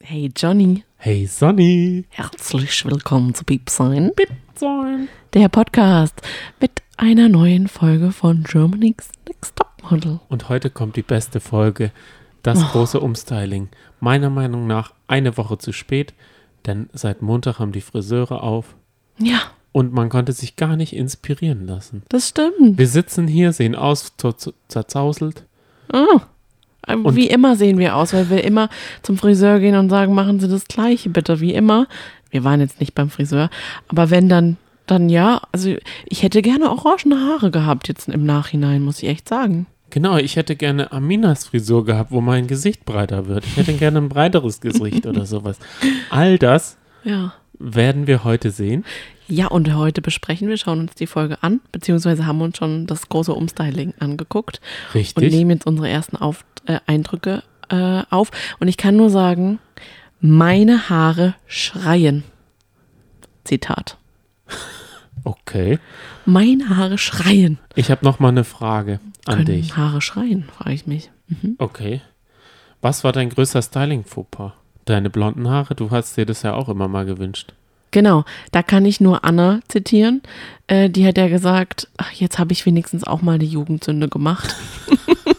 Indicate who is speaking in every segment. Speaker 1: Hey Johnny,
Speaker 2: Hey Sonny!
Speaker 1: herzlich willkommen zu Piepsein,
Speaker 2: Zäum.
Speaker 1: der Podcast mit einer neuen Folge von Germany's Next Topmodel.
Speaker 2: Und heute kommt die beste Folge.
Speaker 1: Oh.
Speaker 2: Das große Umstyling. Meiner Meinung nach eine Woche zu spät, denn seit Montag haben die Friseure auf
Speaker 1: Ja,
Speaker 2: und man konnte sich gar nicht inspirieren lassen.
Speaker 1: das stimmt.
Speaker 2: Wir sitzen hier, sehen aus zur- zur- zerzauselt.
Speaker 1: Ähm, Wie immer sehen wir aus, weil wir immer zum Friseur gehen und sagen, machen Sie das Gleiche bitte, wie immer. Wir waren jetzt nicht beim Friseur, aber wenn dann, dann ja. Also ich hätte gerne orangene Haare gehabt jetzt im Nachhinein, muss ich echt sagen.
Speaker 2: Genau, ich hätte gerne Aminas Frisur gehabt, wo mein Gesicht breiter wird. Ich hätte gerne ein breiteres Gesicht oder sowas. All das
Speaker 1: Ja.
Speaker 2: werden wir heute sehen.
Speaker 1: Ja, und heute besprechen wir, schauen uns die Folge an, beziehungsweise haben uns schon das große Umstyling angeguckt und
Speaker 2: Richtig.
Speaker 1: nehmen jetzt unsere ersten auf, äh, Eindrücke äh, auf. Und ich kann nur sagen, meine Haare schreien. Zitat.
Speaker 2: Okay.
Speaker 1: Meine Haare schreien.
Speaker 2: Ich habe noch mal eine Frage an
Speaker 1: Können
Speaker 2: dich.
Speaker 1: Haare schreien, frage ich mich.
Speaker 2: Okay. Was war dein größter Styling-Fauxpas? Deine blonden Haare, du hast dir das ja auch immer mal gewünscht.
Speaker 1: Genau, da kann ich nur Anna zitieren. Äh, die hat ja gesagt, ach, jetzt habe ich wenigstens auch mal eine Jugendsünde gemacht.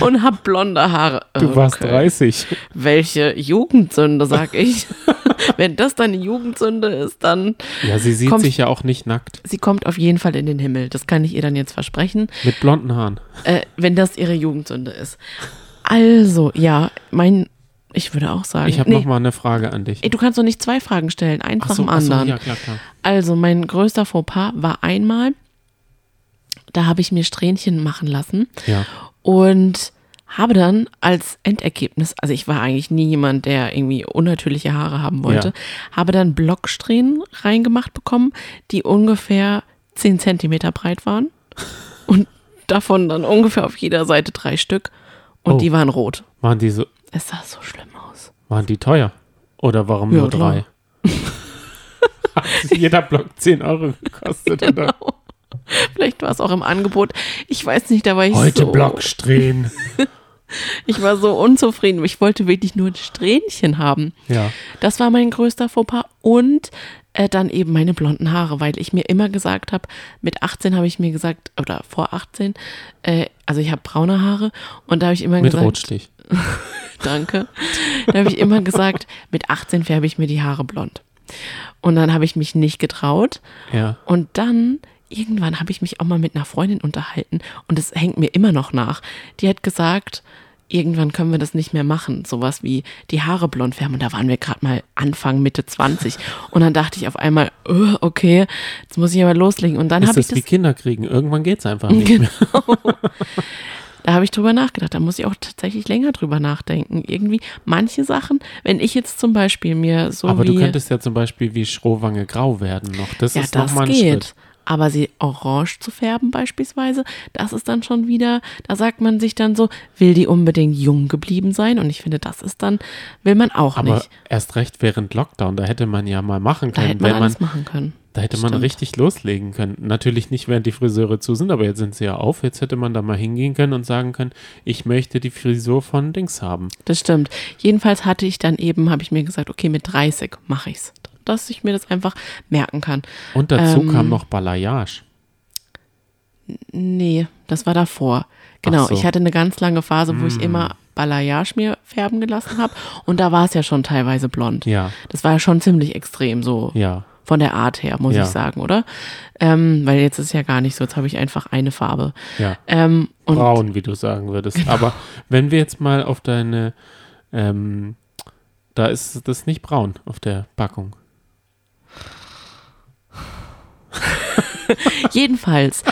Speaker 1: Und hab blonde Haare.
Speaker 2: Du warst
Speaker 1: Okay.
Speaker 2: 30.
Speaker 1: welche Jugendsünde, sag ich. Wenn das deine Jugendsünde ist, dann
Speaker 2: Ja, sie sieht
Speaker 1: Komm.
Speaker 2: sich ja auch nicht nackt
Speaker 1: sie kommt auf jeden Fall in den Himmel. Das kann ich ihr dann jetzt versprechen,
Speaker 2: mit blonden Haaren.
Speaker 1: äh, wenn das ihre Jugendsünde ist. Also, ja, mein, ich würde auch sagen.
Speaker 2: Ich habe
Speaker 1: nee,
Speaker 2: noch mal eine Frage an dich.
Speaker 1: ey, du kannst doch nicht zwei Fragen stellen, eins nach
Speaker 2: Ach so,
Speaker 1: dem
Speaker 2: ach so,
Speaker 1: anderen.
Speaker 2: ja, klar, klar.
Speaker 1: Also, mein größter Fauxpas war einmal, da habe ich mir Strähnchen machen lassen.
Speaker 2: Ja.
Speaker 1: und habe dann als Endergebnis, also ich war eigentlich nie jemand, der irgendwie unnatürliche Haare haben wollte, habe dann Blocksträhnen reingemacht bekommen, die ungefähr 10 Zentimeter breit waren und davon dann ungefähr auf jeder Seite drei Stück und
Speaker 2: Oh.
Speaker 1: die waren rot.
Speaker 2: Waren die, so,
Speaker 1: Es sah so schlimm aus.
Speaker 2: waren die teuer? Oder warum
Speaker 1: Ja,
Speaker 2: nur
Speaker 1: klar.
Speaker 2: drei? Hat jeder Block 10 Euro gekostet. Oder?
Speaker 1: Genau. Vielleicht war es auch im Angebot. Ich weiß nicht, da war ich
Speaker 2: Heute
Speaker 1: so,
Speaker 2: Blocksträhnen.
Speaker 1: ich war so unzufrieden. Ich wollte wirklich nur ein Strähnchen haben.
Speaker 2: Ja.
Speaker 1: Das war mein größter Fauxpas und äh, dann eben meine blonden Haare, weil ich mir immer gesagt habe, mit 18 habe ich mir gesagt, oder vor 18, äh, also ich habe braune Haare und da habe ich immer
Speaker 2: Mit
Speaker 1: gesagt,
Speaker 2: Rotstich.
Speaker 1: danke, da habe ich immer gesagt, mit 18 färbe ich mir die Haare blond. Und dann habe ich mich nicht getraut
Speaker 2: Ja.
Speaker 1: und dann irgendwann habe ich mich auch mal mit einer Freundin unterhalten und es hängt mir immer noch nach. Die hat gesagt, irgendwann können wir das nicht mehr machen, sowas wie die Haare blond färben. Und da waren wir gerade mal Anfang, Mitte 20. Und dann dachte ich auf einmal, "Äh, okay, jetzt muss ich aber loslegen. Und dann
Speaker 2: Ist
Speaker 1: habe ich
Speaker 2: das
Speaker 1: das, Genau.
Speaker 2: wie Kinder kriegen? Irgendwann geht's einfach nicht mehr.
Speaker 1: da habe ich drüber nachgedacht. Da muss ich auch tatsächlich länger drüber nachdenken. Irgendwie manche Sachen, wenn ich jetzt zum Beispiel mir so
Speaker 2: Aber
Speaker 1: wie
Speaker 2: du könntest ja zum Beispiel wie Schrohwange grau werden noch. Das
Speaker 1: Ja,
Speaker 2: ist
Speaker 1: das
Speaker 2: nochmal ein
Speaker 1: geht.
Speaker 2: Schritt.
Speaker 1: Aber sie orange zu färben beispielsweise, das ist dann schon wieder, da sagt man sich dann so, will die unbedingt jung geblieben sein? Und ich finde, das ist dann, will man auch
Speaker 2: Aber
Speaker 1: nicht.
Speaker 2: erst recht während Lockdown, da hätte man ja mal machen
Speaker 1: Da
Speaker 2: können,
Speaker 1: hätte
Speaker 2: wenn
Speaker 1: man
Speaker 2: man,
Speaker 1: alles machen können.
Speaker 2: da hätte man
Speaker 1: Stimmt.
Speaker 2: richtig loslegen können. Natürlich nicht, während die Friseure zu sind, aber jetzt sind sie ja auf. Jetzt hätte man da mal hingehen können und sagen können, ich möchte die Frisur von Dings haben.
Speaker 1: Das stimmt. Jedenfalls hatte ich dann eben, habe ich mir gesagt, okay, mit 30 mache ich's. Dass ich mir das einfach merken kann.
Speaker 2: Und dazu
Speaker 1: Ähm,
Speaker 2: kam noch Balayage.
Speaker 1: Nee, das war davor. Genau,
Speaker 2: so. Hm.
Speaker 1: ich hatte eine ganz lange Phase, wo ich immer Balayage mir färben gelassen habe. Und da war es ja schon teilweise blond.
Speaker 2: Ja,
Speaker 1: Das war ja schon ziemlich extrem, so
Speaker 2: ja.
Speaker 1: von der Art her, muss
Speaker 2: Ja.
Speaker 1: ich sagen, oder? Ähm, weil jetzt ist ja gar nicht so, jetzt habe ich einfach eine Farbe.
Speaker 2: Ja.
Speaker 1: Ähm, und Genau.
Speaker 2: Braun, wie du sagen würdest. Aber wenn wir jetzt mal auf deine, ähm, da ist das nicht braun auf der Packung.
Speaker 1: jedenfalls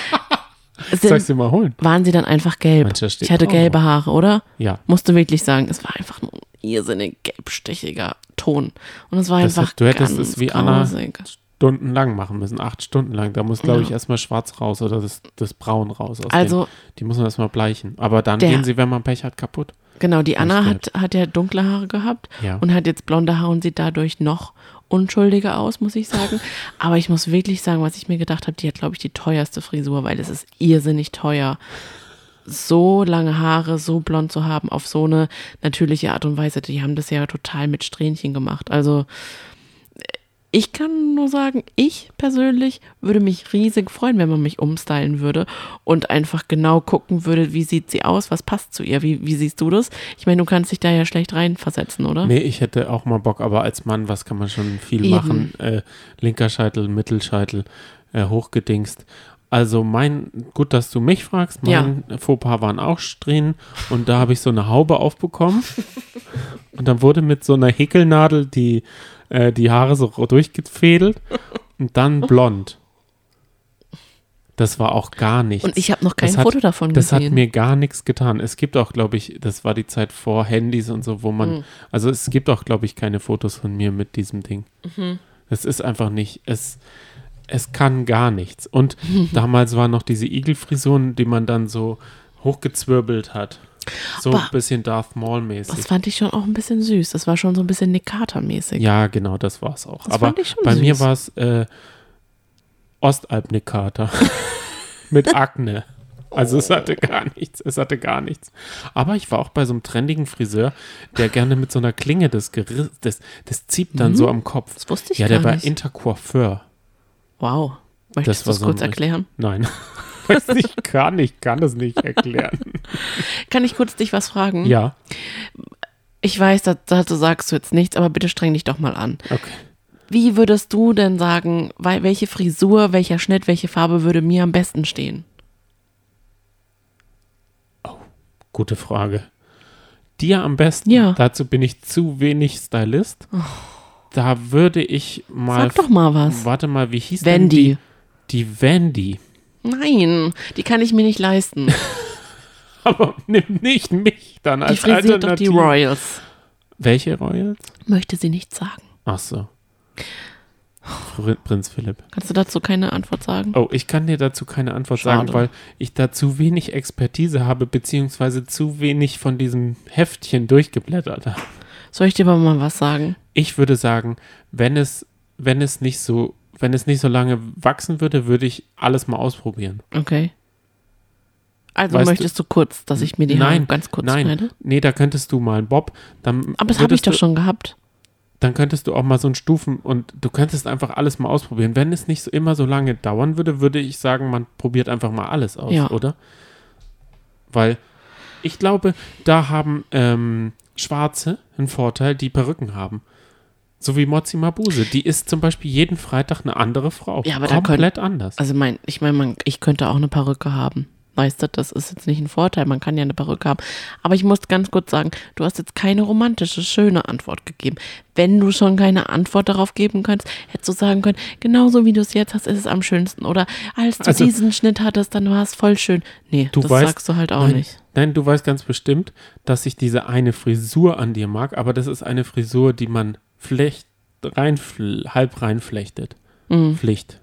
Speaker 2: Soll ich
Speaker 1: sind,
Speaker 2: sie mal holen?
Speaker 1: waren sie dann einfach gelb.
Speaker 2: Mensch, da steht
Speaker 1: ich hatte
Speaker 2: Grau
Speaker 1: gelbe Haare, oder?
Speaker 2: Ja.
Speaker 1: Musste wirklich sagen, es war einfach ein irrsinnig gelbstichiger Ton. Und es war
Speaker 2: Das
Speaker 1: einfach
Speaker 2: hat- du hättest
Speaker 1: ganz
Speaker 2: es wie Anna-
Speaker 1: grausig.
Speaker 2: stundenlang machen müssen, acht Stunden lang. Da muss, glaube
Speaker 1: Ja.
Speaker 2: ich, erstmal schwarz raus oder das, das Braun raus. Aus
Speaker 1: Also,
Speaker 2: den, die muss man erstmal bleichen. Aber dann
Speaker 1: Der-
Speaker 2: gehen sie, wenn man Pech hat, kaputt.
Speaker 1: genau, die Anna
Speaker 2: Ganz
Speaker 1: hat, hat ja dunkle Haare gehabt
Speaker 2: Ja.
Speaker 1: und hat jetzt blonde Haare und sieht dadurch noch unschuldiger aus, muss ich sagen. Aber ich muss wirklich sagen, was ich mir gedacht habe, die hat, glaube ich, die teuerste Frisur, weil es ist irrsinnig teuer. so lange Haare, so blond zu haben, auf so eine natürliche Art und Weise. Die haben das ja total mit Strähnchen gemacht. Also ich kann nur sagen, ich persönlich würde mich riesig freuen, wenn man mich umstylen würde und einfach genau gucken würde, wie sieht sie aus, was passt zu ihr, wie, wie siehst du das? Ich meine, du kannst dich da ja schlecht reinversetzen, oder?
Speaker 2: Nee, ich hätte auch mal Bock, aber als Mann, was kann man schon viel
Speaker 1: Ne? Eben.
Speaker 2: machen? Äh, linker Scheitel, Mittelscheitel, äh, hochgedingst. Also mein, gut, dass du mich fragst, mein Fauxpas waren auch Strähnen und da habe ich so eine Haube aufbekommen und dann wurde mit so einer Häkelnadel die, äh, die Haare so durchgefädelt und dann blond. Das war auch gar nichts.
Speaker 1: Und ich habe noch kein
Speaker 2: Das hat-
Speaker 1: Foto davon
Speaker 2: Das
Speaker 1: gesehen.
Speaker 2: hat mir gar nichts getan. Es gibt auch, glaube ich, das war die Zeit vor Handys und so, wo man,
Speaker 1: Hm.
Speaker 2: also es gibt auch, glaube ich, keine Fotos von mir mit diesem Ding.
Speaker 1: Mhm.
Speaker 2: Es ist einfach nicht, es, es kann gar nichts. Und damals waren noch diese Igelfrisuren, die man dann so hochgezwirbelt hat. So
Speaker 1: Aber-
Speaker 2: ein bisschen Darth Maul-mäßig.
Speaker 1: das fand ich schon auch ein bisschen süß. Das war schon so ein bisschen Nick Carter-mäßig.
Speaker 2: Ja, genau, das war es auch.
Speaker 1: Das
Speaker 2: Aber
Speaker 1: fand ich schon
Speaker 2: bei mir
Speaker 1: süß.
Speaker 2: war es äh, Ostalbnekater mit Akne. Also es hatte
Speaker 1: Oh.
Speaker 2: gar nichts, es hatte gar nichts. Aber ich war auch bei so einem trendigen Friseur, der gerne mit so einer Klinge das Geriss, das, das zieht dann so am Kopf.
Speaker 1: Mhm. Das wusste ich
Speaker 2: ja, der
Speaker 1: gar
Speaker 2: war
Speaker 1: nicht.
Speaker 2: Intercoiffeur.
Speaker 1: Wow. Möchtest
Speaker 2: Das
Speaker 1: du
Speaker 2: war
Speaker 1: das
Speaker 2: so
Speaker 1: kurz
Speaker 2: ein-
Speaker 1: erklären?
Speaker 2: Nein, weiß ich gar nicht, kann das nicht erklären.
Speaker 1: Kann ich kurz dich was fragen?
Speaker 2: Ja,
Speaker 1: Ich weiß, da- dazu sagst du jetzt nichts, aber bitte streng dich doch mal an.
Speaker 2: okay.
Speaker 1: Wie würdest du denn sagen, weil, welche Frisur, welcher Schnitt, welche Farbe würde mir am besten stehen?
Speaker 2: Gute Frage. Dir am besten.
Speaker 1: Ja. Oh.
Speaker 2: Dazu bin ich zu wenig Stylist. Da würde ich mal.
Speaker 1: Sag doch mal was.
Speaker 2: Warte mal, wie hieß
Speaker 1: Wendy.
Speaker 2: denn die? Die Wendy.
Speaker 1: Nein, die kann ich mir nicht leisten.
Speaker 2: Aber nimm nicht mich dann
Speaker 1: Die
Speaker 2: als
Speaker 1: frisiert doch die
Speaker 2: Alternative.
Speaker 1: Royals.
Speaker 2: Welche Royals?
Speaker 1: Möchte sie nicht sagen.
Speaker 2: Ach so. Fr- Prinz Philipp.
Speaker 1: Kannst du dazu keine Antwort sagen?
Speaker 2: Oh, ich kann dir dazu keine Antwort sagen,
Speaker 1: Schade.
Speaker 2: weil ich da zu wenig Expertise habe, beziehungsweise zu wenig von diesem Heftchen durchgeblättert habe.
Speaker 1: Soll ich dir aber mal was sagen?
Speaker 2: ich würde sagen, wenn es, wenn es nicht so, wenn es nicht so lange wachsen würde, würde ich alles mal ausprobieren.
Speaker 1: Okay. Also
Speaker 2: Weißt du-
Speaker 1: möchtest du, kurz, dass ich mir die Haare
Speaker 2: nein,
Speaker 1: ganz kurz
Speaker 2: nein,
Speaker 1: schneide?
Speaker 2: nee, da könntest du mal einen Bob, dann
Speaker 1: Aber das habe ich
Speaker 2: würdest
Speaker 1: doch
Speaker 2: du,
Speaker 1: schon gehabt.
Speaker 2: Dann könntest du auch mal so einen Stufen und du könntest einfach alles mal ausprobieren. Wenn es nicht so immer so lange dauern würde, würde ich sagen, man probiert einfach mal alles aus,
Speaker 1: Ja.
Speaker 2: oder? Weil ich glaube, da haben ähm, Schwarze einen Vorteil, die Perücken haben. So wie Mozi Mabuse. Die ist zum Beispiel jeden Freitag eine andere Frau.
Speaker 1: Ja, aber da können-
Speaker 2: komplett anders.
Speaker 1: Also mein, ich meine, ich könnte auch eine Perücke haben. Weißt du, das ist jetzt nicht ein Vorteil, man kann ja eine Perücke haben. Aber ich muss ganz kurz sagen, du hast jetzt keine romantische, schöne Antwort gegeben. Wenn du schon keine Antwort darauf geben könntest, hättest du sagen können, genauso wie du es jetzt hast, ist es am schönsten. Oder als du
Speaker 2: Also-
Speaker 1: diesen Schnitt hattest, dann war es voll schön. Nee,
Speaker 2: Du
Speaker 1: das
Speaker 2: weißt-
Speaker 1: sagst du halt auch
Speaker 2: nein,
Speaker 1: nicht.
Speaker 2: Nein, du weißt ganz bestimmt, dass ich diese eine Frisur an dir mag, aber das ist eine Frisur, die man flecht, rein, fl- halb reinflechtet.
Speaker 1: Mhm.
Speaker 2: Pflicht.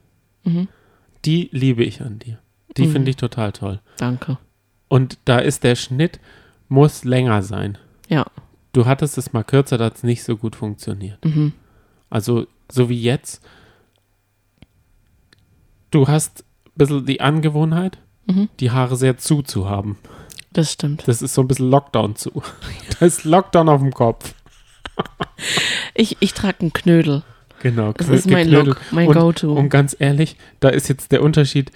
Speaker 2: Die liebe ich an dir. Die finde ich total toll.
Speaker 1: Danke.
Speaker 2: Und da ist der Schnitt, muss länger sein.
Speaker 1: Ja.
Speaker 2: Du hattest es mal kürzer, da hat es nicht so gut funktioniert. Also, so wie jetzt. Du hast ein bisschen die Angewohnheit, die Haare sehr zuzuhaben.
Speaker 1: Das stimmt.
Speaker 2: Das ist so ein bisschen Lockdown zu. Da ist Lockdown auf dem Kopf.
Speaker 1: Ich, ich trage einen Knödel.
Speaker 2: Genau.
Speaker 1: Das ist mein
Speaker 2: geknödelt.
Speaker 1: Look, mein
Speaker 2: und,
Speaker 1: Go-To.
Speaker 2: Und ganz ehrlich, da ist jetzt der Unterschied,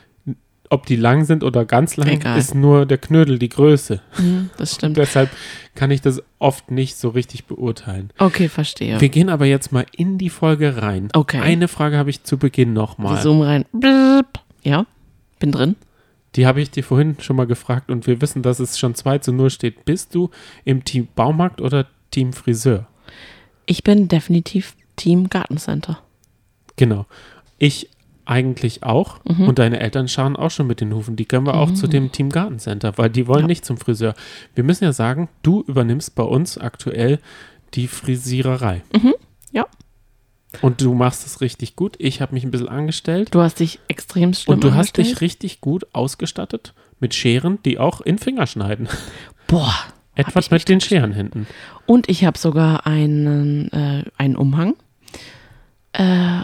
Speaker 2: ob die lang sind oder ganz lang,
Speaker 1: Egal.
Speaker 2: ist nur der Knödel, die Größe.
Speaker 1: Mhm, das stimmt.
Speaker 2: Deshalb kann ich das oft nicht so richtig beurteilen.
Speaker 1: Okay, verstehe.
Speaker 2: Wir gehen aber jetzt mal in die Folge rein.
Speaker 1: Okay.
Speaker 2: Eine Frage habe ich zu Beginn
Speaker 1: Wir
Speaker 2: nochmal.
Speaker 1: zoomen rein. Blip. Ja, bin drin.
Speaker 2: Die habe ich dir vorhin schon mal gefragt und wir wissen, dass es schon 2 zu 0 steht. Bist du im Team Baumarkt oder Team Friseur?
Speaker 1: Ich bin definitiv Team Gartencenter.
Speaker 2: Genau. Ich eigentlich auch.
Speaker 1: Mhm.
Speaker 2: Und deine Eltern scharen auch schon mit den Hufen. Die können wir auch zu dem Team Gartencenter, weil die wollen
Speaker 1: Ja.
Speaker 2: nicht zum Friseur. Wir müssen ja sagen, du übernimmst bei uns aktuell die Frisiererei.
Speaker 1: Mhm. Ja.
Speaker 2: Und du machst es richtig gut. Ich habe mich ein bisschen angestellt.
Speaker 1: Du hast dich extrem schlimm
Speaker 2: Und du hast
Speaker 1: angestellt.
Speaker 2: dich richtig gut ausgestattet mit Scheren, die auch in Finger schneiden.
Speaker 1: Boah.
Speaker 2: Etwas
Speaker 1: ich mich
Speaker 2: mit den Scheren hinten.
Speaker 1: Und ich habe sogar einen, äh, einen Umhang äh,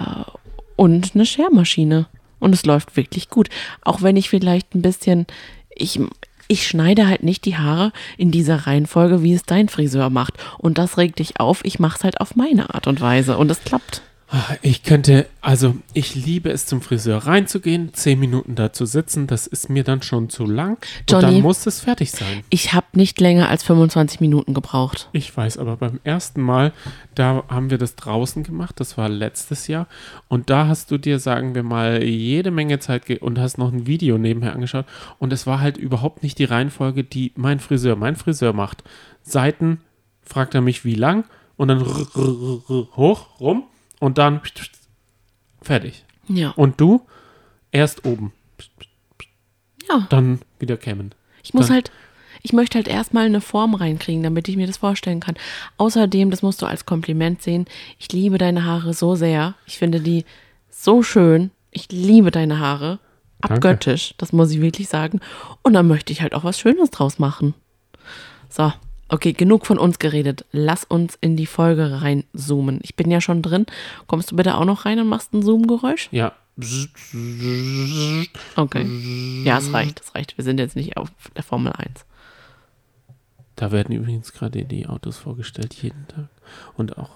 Speaker 1: und eine Schermaschine. Und es läuft wirklich gut. Auch wenn ich vielleicht ein bisschen, ich, ich schneide halt nicht die Haare in dieser Reihenfolge, wie es dein Friseur macht. Und das regt dich auf. Ich mache es halt auf meine Art und Weise. Und es klappt.
Speaker 2: Ah, Ich könnte, also ich liebe es, zum Friseur reinzugehen, zehn Minuten da zu sitzen, das ist mir dann schon zu lang.
Speaker 1: Johnny.
Speaker 2: Und dann muss es fertig sein.
Speaker 1: Ich habe nicht länger als 25 Minuten gebraucht.
Speaker 2: Ich weiß, aber beim ersten Mal, da haben wir das draußen gemacht, das war letztes Jahr. Und da hast du dir, sagen wir mal, jede Menge Zeit ge und hast noch ein Video nebenher angeschaut. Und es war halt überhaupt nicht die Reihenfolge, die mein Friseur, mein Friseur macht. Seiten fragt er mich, wie lang, und dann rrr, rrr, rrr, hoch, rum, und dann fertig.
Speaker 1: Ja.
Speaker 2: Und du erst oben,
Speaker 1: Ja.
Speaker 2: dann wieder kämen.
Speaker 1: Ich muss
Speaker 2: Dann-
Speaker 1: halt, ich möchte halt erstmal eine Form reinkriegen, damit ich mir das vorstellen kann. Außerdem, das musst du als Kompliment sehen, ich liebe deine Haare so sehr. Ich finde die so schön. Ich liebe deine Haare.
Speaker 2: Danke.
Speaker 1: Abgöttisch, das muss ich wirklich sagen. Und dann möchte ich halt auch was Schönes draus machen. So, okay, genug von uns geredet. Lass uns in die Folge reinzoomen. Ich bin ja schon drin. Kommst du bitte auch noch rein und machst ein Zoom-Geräusch?
Speaker 2: Ja.
Speaker 1: Okay. Ja, es reicht, es reicht. Wir sind jetzt nicht auf der Formel 1.
Speaker 2: Da werden übrigens gerade die Autos vorgestellt, jeden Tag. Und auch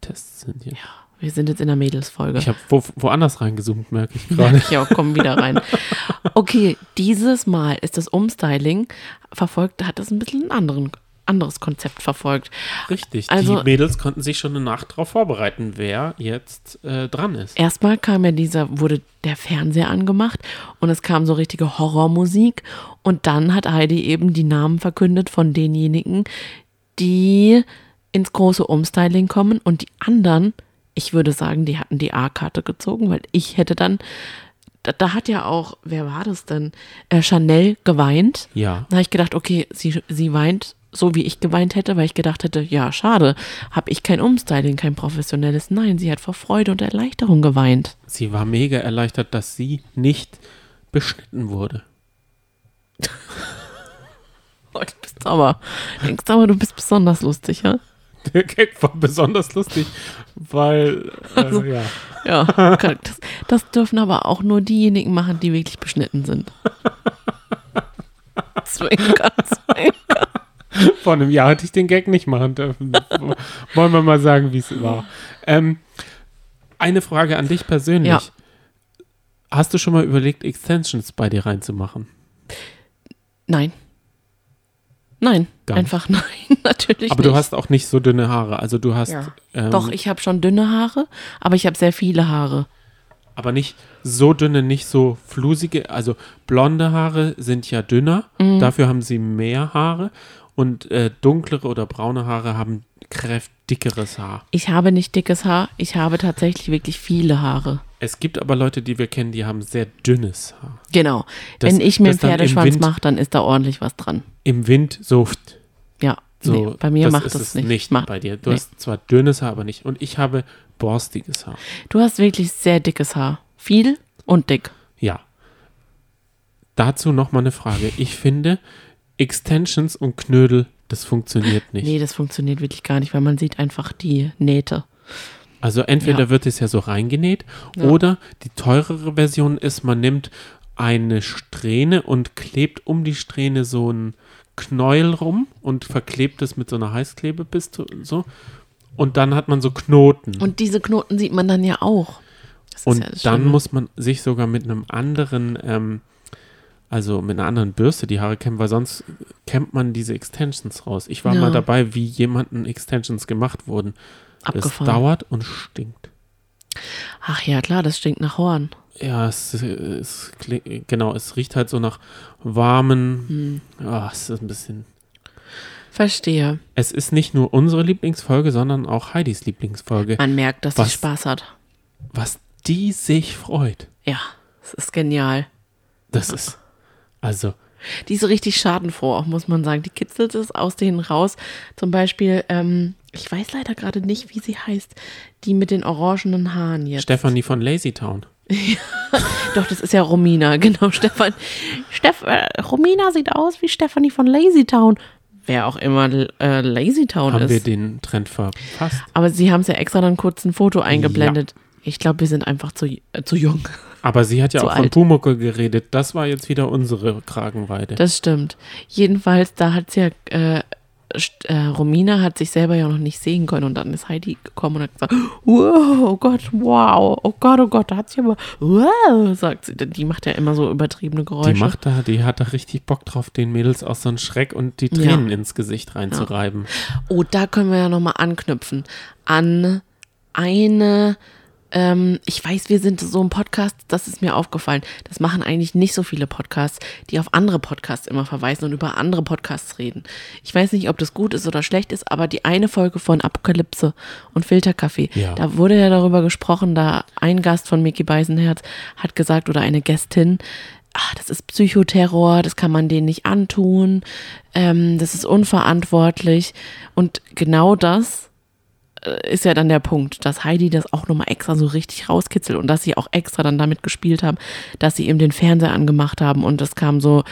Speaker 2: Tests sind hier.
Speaker 1: Wir sind jetzt in der Mädelsfolge.
Speaker 2: Ich habe wo, woanders reingezoomt, merke ich gerade.
Speaker 1: Merke ich auch, komm wieder rein. Okay, dieses Mal ist das Umstyling verfolgt, hat das ein bisschen ein anderen, anderes Konzept verfolgt.
Speaker 2: Richtig.
Speaker 1: Also-
Speaker 2: die Mädels konnten sich schon eine Nacht drauf vorbereiten, wer jetzt äh, dran ist.
Speaker 1: Erstmal kam ja dieser, wurde der Fernseher angemacht und es kam so richtige Horrormusik und dann hat Heidi eben die Namen verkündet von denjenigen, die ins große Umstyling kommen und die anderen, ich würde sagen, die hatten die A-Karte gezogen, weil ich hätte dann, da, da hat ja auch, wer war das denn, äh, Chanel geweint.
Speaker 2: Ja.
Speaker 1: Da habe ich gedacht, okay, sie, sie weint so, wie ich geweint hätte, weil ich gedacht hätte, ja, schade, habe ich kein Umstyling, kein professionelles. Nein, sie hat vor Freude und Erleichterung geweint.
Speaker 2: Sie war mega erleichtert, dass sie nicht beschnitten wurde.
Speaker 1: Oh, du bist aber, denkst aber, du bist besonders lustig, ja?
Speaker 2: Der Gag war besonders lustig, weil äh,
Speaker 1: Also
Speaker 2: ja.
Speaker 1: Ja, kann- das, das dürfen aber auch nur diejenigen machen, die wirklich beschnitten sind. Zwinkern, zwinkern.
Speaker 2: vor einem Jahr hätte ich den Gag nicht machen dürfen. Wollen wir mal sagen, wie es war. Ähm, eine Frage an dich persönlich.
Speaker 1: Ja.
Speaker 2: Hast du schon mal überlegt, Extensions bei dir reinzumachen?
Speaker 1: Nein. Nein,
Speaker 2: Gar nicht.
Speaker 1: einfach nein, natürlich
Speaker 2: Aber
Speaker 1: nicht.
Speaker 2: du hast auch nicht so dünne Haare. Also du hast.
Speaker 1: Ja.
Speaker 2: Ähm,
Speaker 1: Doch, ich habe schon dünne Haare, aber ich habe sehr viele Haare.
Speaker 2: Aber nicht so dünne, nicht so flusige. Also blonde Haare sind ja dünner.
Speaker 1: Mhm.
Speaker 2: Dafür haben sie mehr Haare. Und äh, dunklere oder braune Haare haben kräftigeres Haar.
Speaker 1: Ich habe nicht dickes Haar, ich habe tatsächlich wirklich viele Haare.
Speaker 2: Es gibt aber Leute, die wir kennen, die haben sehr dünnes Haar.
Speaker 1: Genau.
Speaker 2: Das-
Speaker 1: Wenn ich mir einen
Speaker 2: das dann im
Speaker 1: Pferdeschwanz
Speaker 2: Wind-
Speaker 1: mache, dann ist da ordentlich was dran.
Speaker 2: Im Wind so.
Speaker 1: Ja,
Speaker 2: So,
Speaker 1: nee, bei mir
Speaker 2: das
Speaker 1: macht
Speaker 2: ist
Speaker 1: das
Speaker 2: es
Speaker 1: nicht.
Speaker 2: nicht
Speaker 1: Macht-
Speaker 2: bei dir. Du
Speaker 1: nee.
Speaker 2: hast zwar dünnes Haar, aber nicht. Und ich habe borstiges Haar.
Speaker 1: Du hast wirklich sehr dickes Haar. Viel und dick.
Speaker 2: Ja. Dazu nochmal eine Frage. Ich finde, Extensions und Knödel, das funktioniert nicht.
Speaker 1: Nee, das funktioniert wirklich gar nicht, weil man sieht einfach die Nähte.
Speaker 2: Also entweder
Speaker 1: Ja.
Speaker 2: wird es ja so reingenäht
Speaker 1: Ja.
Speaker 2: oder die teurere Version ist, man nimmt eine Strähne und klebt um die Strähne so ein Knäuel rum und verklebt es mit so einer Heißklebe bis zu, so. Und dann hat man so Knoten.
Speaker 1: Und diese Knoten sieht man dann ja auch. Das ist
Speaker 2: Und
Speaker 1: ja das
Speaker 2: dann
Speaker 1: Schlimme.
Speaker 2: muss man sich sogar mit einem anderen, ähm, also mit einer anderen Bürste die Haare kämmen, weil sonst kämmt man diese Extensions raus. Ich war
Speaker 1: Ja.
Speaker 2: mal dabei, wie jemanden Extensions gemacht wurden.
Speaker 1: Abgefahren.
Speaker 2: Es dauert und stinkt.
Speaker 1: Ach ja, klar, das stinkt nach Horn.
Speaker 2: Ja, es, äh, es kli- genau, es riecht halt so nach warmen.
Speaker 1: Hm.
Speaker 2: Ah, es ist ein bisschen.
Speaker 1: Verstehe.
Speaker 2: Es ist nicht nur unsere Lieblingsfolge, sondern auch Heidis Lieblingsfolge.
Speaker 1: Man merkt, dass
Speaker 2: Was?
Speaker 1: sie Spaß hat.
Speaker 2: Was die sich freut.
Speaker 1: Ja, das ist genial.
Speaker 2: Das ist. Also,
Speaker 1: Die ist richtig schadenfroh, auch muss man sagen. Die kitzelt es aus denen raus. Zum Beispiel, ähm, ich weiß leider gerade nicht, wie sie heißt, die mit den orangenen Haaren jetzt.
Speaker 2: Stefanie von Lazytown.
Speaker 1: Doch, das ist ja Romina, genau, Stefan. Steff, äh, Romina sieht aus wie Stephanie von Lazytown. Wer auch immer äh, Lazytown
Speaker 2: haben wir
Speaker 1: ist.
Speaker 2: den Trend verpasst.
Speaker 1: Ah, Aber sie haben es ja extra dann kurz ein Foto eingeblendet. Ja. Ich glaube, wir sind einfach zu, äh, zu jung.
Speaker 2: Aber sie hat ja
Speaker 1: Zu
Speaker 2: auch von
Speaker 1: alt.
Speaker 2: Pumuckel geredet. Das war jetzt wieder unsere Kragenweide.
Speaker 1: Das stimmt. Jedenfalls, da hat sie ja, äh, st- äh, Romina hat sich selber ja noch nicht sehen können und dann ist Heidi gekommen und hat gesagt, wow, oh Gott, wow, oh Gott, oh Gott, da hat sie aber, wow, sagt sie. Die macht ja immer so übertriebene Geräusche.
Speaker 2: die macht da, die hat da richtig Bock drauf, den Mädels aus so einem Schreck und die Tränen ins Gesicht reinzureiben.
Speaker 1: Oh, da können wir ja nochmal anknüpfen an eine. Ähm, ich weiß, wir sind so ein Podcast, das ist mir aufgefallen. Das machen eigentlich nicht so viele Podcasts, die auf andere Podcasts immer verweisen und über andere Podcasts reden. Ich weiß nicht, ob das gut ist oder schlecht ist, aber die eine Folge von Apokalypse und Filterkaffee,
Speaker 2: Ja.
Speaker 1: da wurde ja darüber gesprochen, da ein Gast von Mickey Beisenherz hat gesagt oder eine Gästin, ah, das ist Psychoterror, das kann man denen nicht antun, ähm, das ist unverantwortlich. Und genau das äh, ist ja dann der Punkt, dass Heidi das auch nochmal extra so richtig rauskitzelt und dass sie auch extra dann damit gespielt haben, dass sie eben den Fernseher angemacht haben und es kam so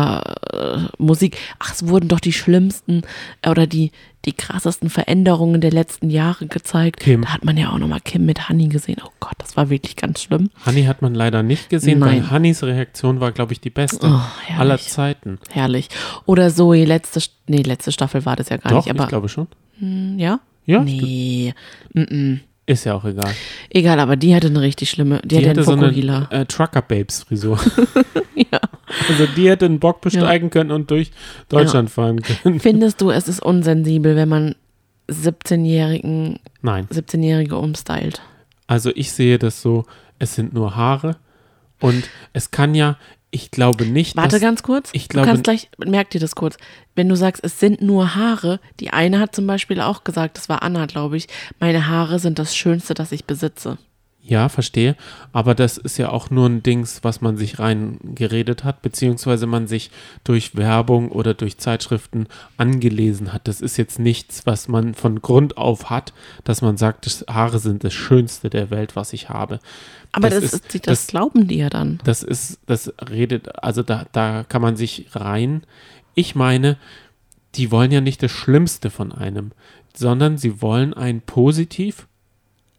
Speaker 1: Horrormusik. Ach, es wurden doch die schlimmsten äh, oder die, die krassesten Veränderungen der letzten Jahre gezeigt.
Speaker 2: Kim.
Speaker 1: Da hat man ja auch nochmal Kim mit Honey gesehen. Oh Gott, das war wirklich ganz schlimm.
Speaker 2: Hanni hat man leider nicht gesehen, weil
Speaker 1: Nein.
Speaker 2: Hannis Reaktion war, glaube ich, die beste
Speaker 1: Oh,
Speaker 2: aller
Speaker 1: herrlich.
Speaker 2: Zeiten.
Speaker 1: Herrlich. Oder Zoe, letzte, St- nee, letzte Staffel war das ja gar
Speaker 2: Doch,
Speaker 1: nicht, aber
Speaker 2: ich glaube schon.
Speaker 1: hm, ja?
Speaker 2: Ja,
Speaker 1: Nee. Mm-mm.
Speaker 2: ist ja auch egal.
Speaker 1: Egal, aber die hatte eine richtig schlimme, die,
Speaker 2: Die
Speaker 1: hatte
Speaker 2: hätte
Speaker 1: einen
Speaker 2: so eine
Speaker 1: Fokuhila.
Speaker 2: äh, Trucker-Babes-Frisur.
Speaker 1: ja.
Speaker 2: Also die hätte einen Bock besteigen können und durch Deutschland fahren können.
Speaker 1: Findest du, es ist unsensibel, wenn man 17-Jährigen,
Speaker 2: Nein,
Speaker 1: 17-Jährige umstylt?
Speaker 2: also ich sehe das so, es sind nur Haare und es kann ja, ich glaube nicht,
Speaker 1: Warte
Speaker 2: dass,
Speaker 1: ganz kurz.
Speaker 2: ich
Speaker 1: du
Speaker 2: glaube-
Speaker 1: kannst gleich, merk dir das kurz. Wenn du sagst, es sind nur Haare, die eine hat zum Beispiel auch gesagt, das war Anna, glaube ich, meine Haare sind das Schönste, das ich besitze.
Speaker 2: ja, verstehe, aber das ist ja auch nur ein Dings, was man sich reingeredet hat, beziehungsweise man sich durch Werbung oder durch Zeitschriften angelesen hat. Das ist jetzt nichts, was man von Grund auf hat, dass man sagt, das Haare sind das Schönste der Welt, was ich habe.
Speaker 1: Aber
Speaker 2: Das
Speaker 1: das,
Speaker 2: ist-
Speaker 1: ist, das,
Speaker 2: das-
Speaker 1: glauben die ja dann.
Speaker 2: Das ist, das redet, also da, da kann man sich rein. Ich meine, die wollen ja nicht das Schlimmste von einem, sondern sie wollen einen positiv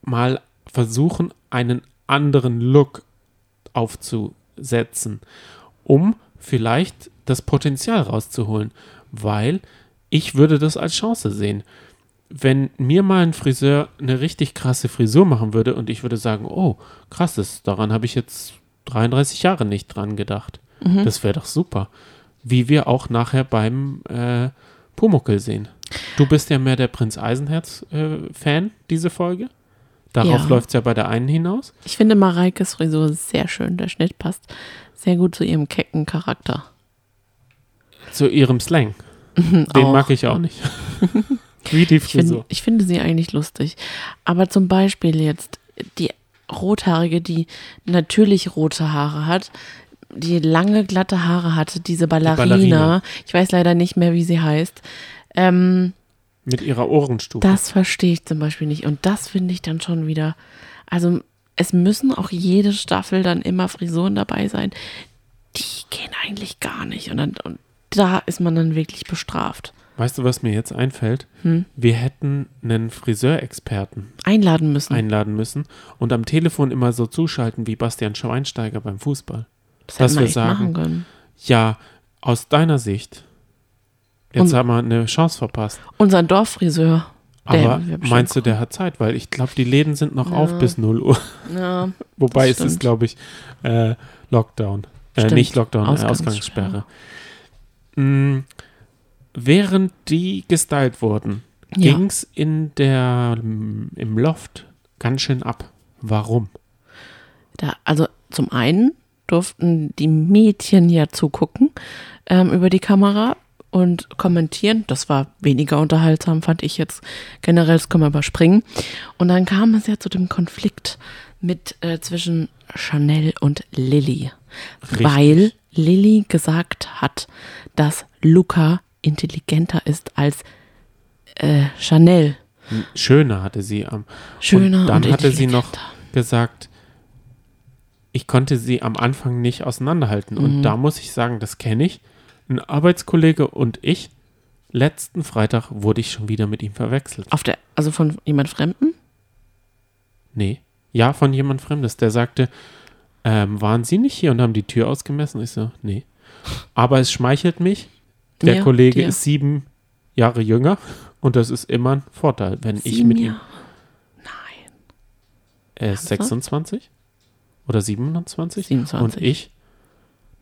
Speaker 2: mal versuchen, einen anderen Look aufzusetzen, um vielleicht das Potenzial rauszuholen. Weil ich würde das als Chance sehen. Wenn mir mal ein Friseur eine richtig krasse Frisur machen würde und ich würde sagen, oh, krass, das, daran habe ich jetzt 33 Jahre nicht dran gedacht. Das wäre doch super. Wie wir auch nachher beim äh, Pumuckel sehen. Du bist ja mehr der Prinz Eisenherz-Fan, diese Folge. Darauf
Speaker 1: Ja.
Speaker 2: läuft es ja bei der einen hinaus.
Speaker 1: Ich finde Mareikes Frisur sehr schön. Der Schnitt passt sehr gut zu ihrem kecken Charakter.
Speaker 2: Zu ihrem Slang. Den
Speaker 1: Mhm, auch.
Speaker 2: mag ich auch nicht. Wie die
Speaker 1: Ich, find,
Speaker 2: Frisur.
Speaker 1: ich finde sie eigentlich lustig. Aber zum Beispiel jetzt die Rothaarige, die natürlich rote Haare hat, die lange glatte Haare hatte, diese Ballerina,
Speaker 2: Ballerina.
Speaker 1: ich weiß leider nicht mehr, wie sie heißt, ähm,
Speaker 2: Mit ihrer Ohrenstufe.
Speaker 1: das verstehe ich zum Beispiel nicht. Und das finde ich dann schon wieder, also es müssen auch jede Staffel dann immer Frisuren dabei sein, die gehen eigentlich gar nicht. Und, dann, und da ist man dann wirklich bestraft.
Speaker 2: Weißt du, was mir jetzt einfällt?
Speaker 1: Hm?
Speaker 2: Wir hätten einen Friseurexperten
Speaker 1: Einladen müssen.
Speaker 2: einladen müssen und am Telefon immer so zuschalten wie Bastian Schweinsteiger beim Fußball.
Speaker 1: das
Speaker 2: dass
Speaker 1: hätten wir
Speaker 2: wir
Speaker 1: echt
Speaker 2: sagen,
Speaker 1: machen können.
Speaker 2: Ja, aus deiner Sicht.
Speaker 1: Und-
Speaker 2: Jetzt haben wir eine Chance verpasst.
Speaker 1: Unseren Dorffriseur.
Speaker 2: Aber
Speaker 1: wär bestimmt
Speaker 2: meinst du, der hat Zeit? Weil ich glaube, die Läden sind noch auf bis 0 Uhr.
Speaker 1: cool. Ja,
Speaker 2: Wobei
Speaker 1: Das
Speaker 2: es ist,
Speaker 1: stimmt.
Speaker 2: glaube ich, äh, Lockdown. Äh,
Speaker 1: Stimmt.
Speaker 2: nicht Lockdown, Ausgangssperre. Äh,
Speaker 1: Ausgangssperre.
Speaker 2: Ausgangssperre. Mm, während die gestylt wurden,
Speaker 1: Ja.
Speaker 2: ging's in der mm, im Loft ganz schön ab. Warum?
Speaker 1: da, also zum einen durften die Mädchen ja zugucken ähm, über die Kamera und kommentieren. Das war weniger unterhaltsam, fand ich jetzt generell. Das können wir überspringen. Und dann kam es ja zu dem Konflikt mit äh, zwischen Chanel und Lilly,
Speaker 2: Richtig.
Speaker 1: weil Lilly gesagt hat, dass Luca intelligenter ist als äh, Chanel.
Speaker 2: Schöner hatte sie am.
Speaker 1: Schöner
Speaker 2: Und dann
Speaker 1: und
Speaker 2: hatte sie noch
Speaker 1: intelligenter.
Speaker 2: gesagt, ich konnte sie am Anfang nicht auseinanderhalten.
Speaker 1: Mhm.
Speaker 2: Und da muss ich sagen, das kenne ich. Ein Arbeitskollege und ich. Letzten Freitag wurde ich schon wieder mit ihm verwechselt.
Speaker 1: Auf der, also von jemand Fremden?
Speaker 2: Nee, Ja, von jemand Fremdes. Der sagte, ähm, waren Sie nicht hier und haben die Tür ausgemessen? Ich so, nee. Aber es schmeichelt mich. Der
Speaker 1: Mir,
Speaker 2: Kollege
Speaker 1: dir.
Speaker 2: ist sieben Jahre jünger und das ist immer ein Vorteil, wenn ich
Speaker 1: Sieben
Speaker 2: mit ihm.
Speaker 1: Jahre. Nein.
Speaker 2: Er ist
Speaker 1: Ja,
Speaker 2: 26 oder 27?
Speaker 1: 27.
Speaker 2: Und ich?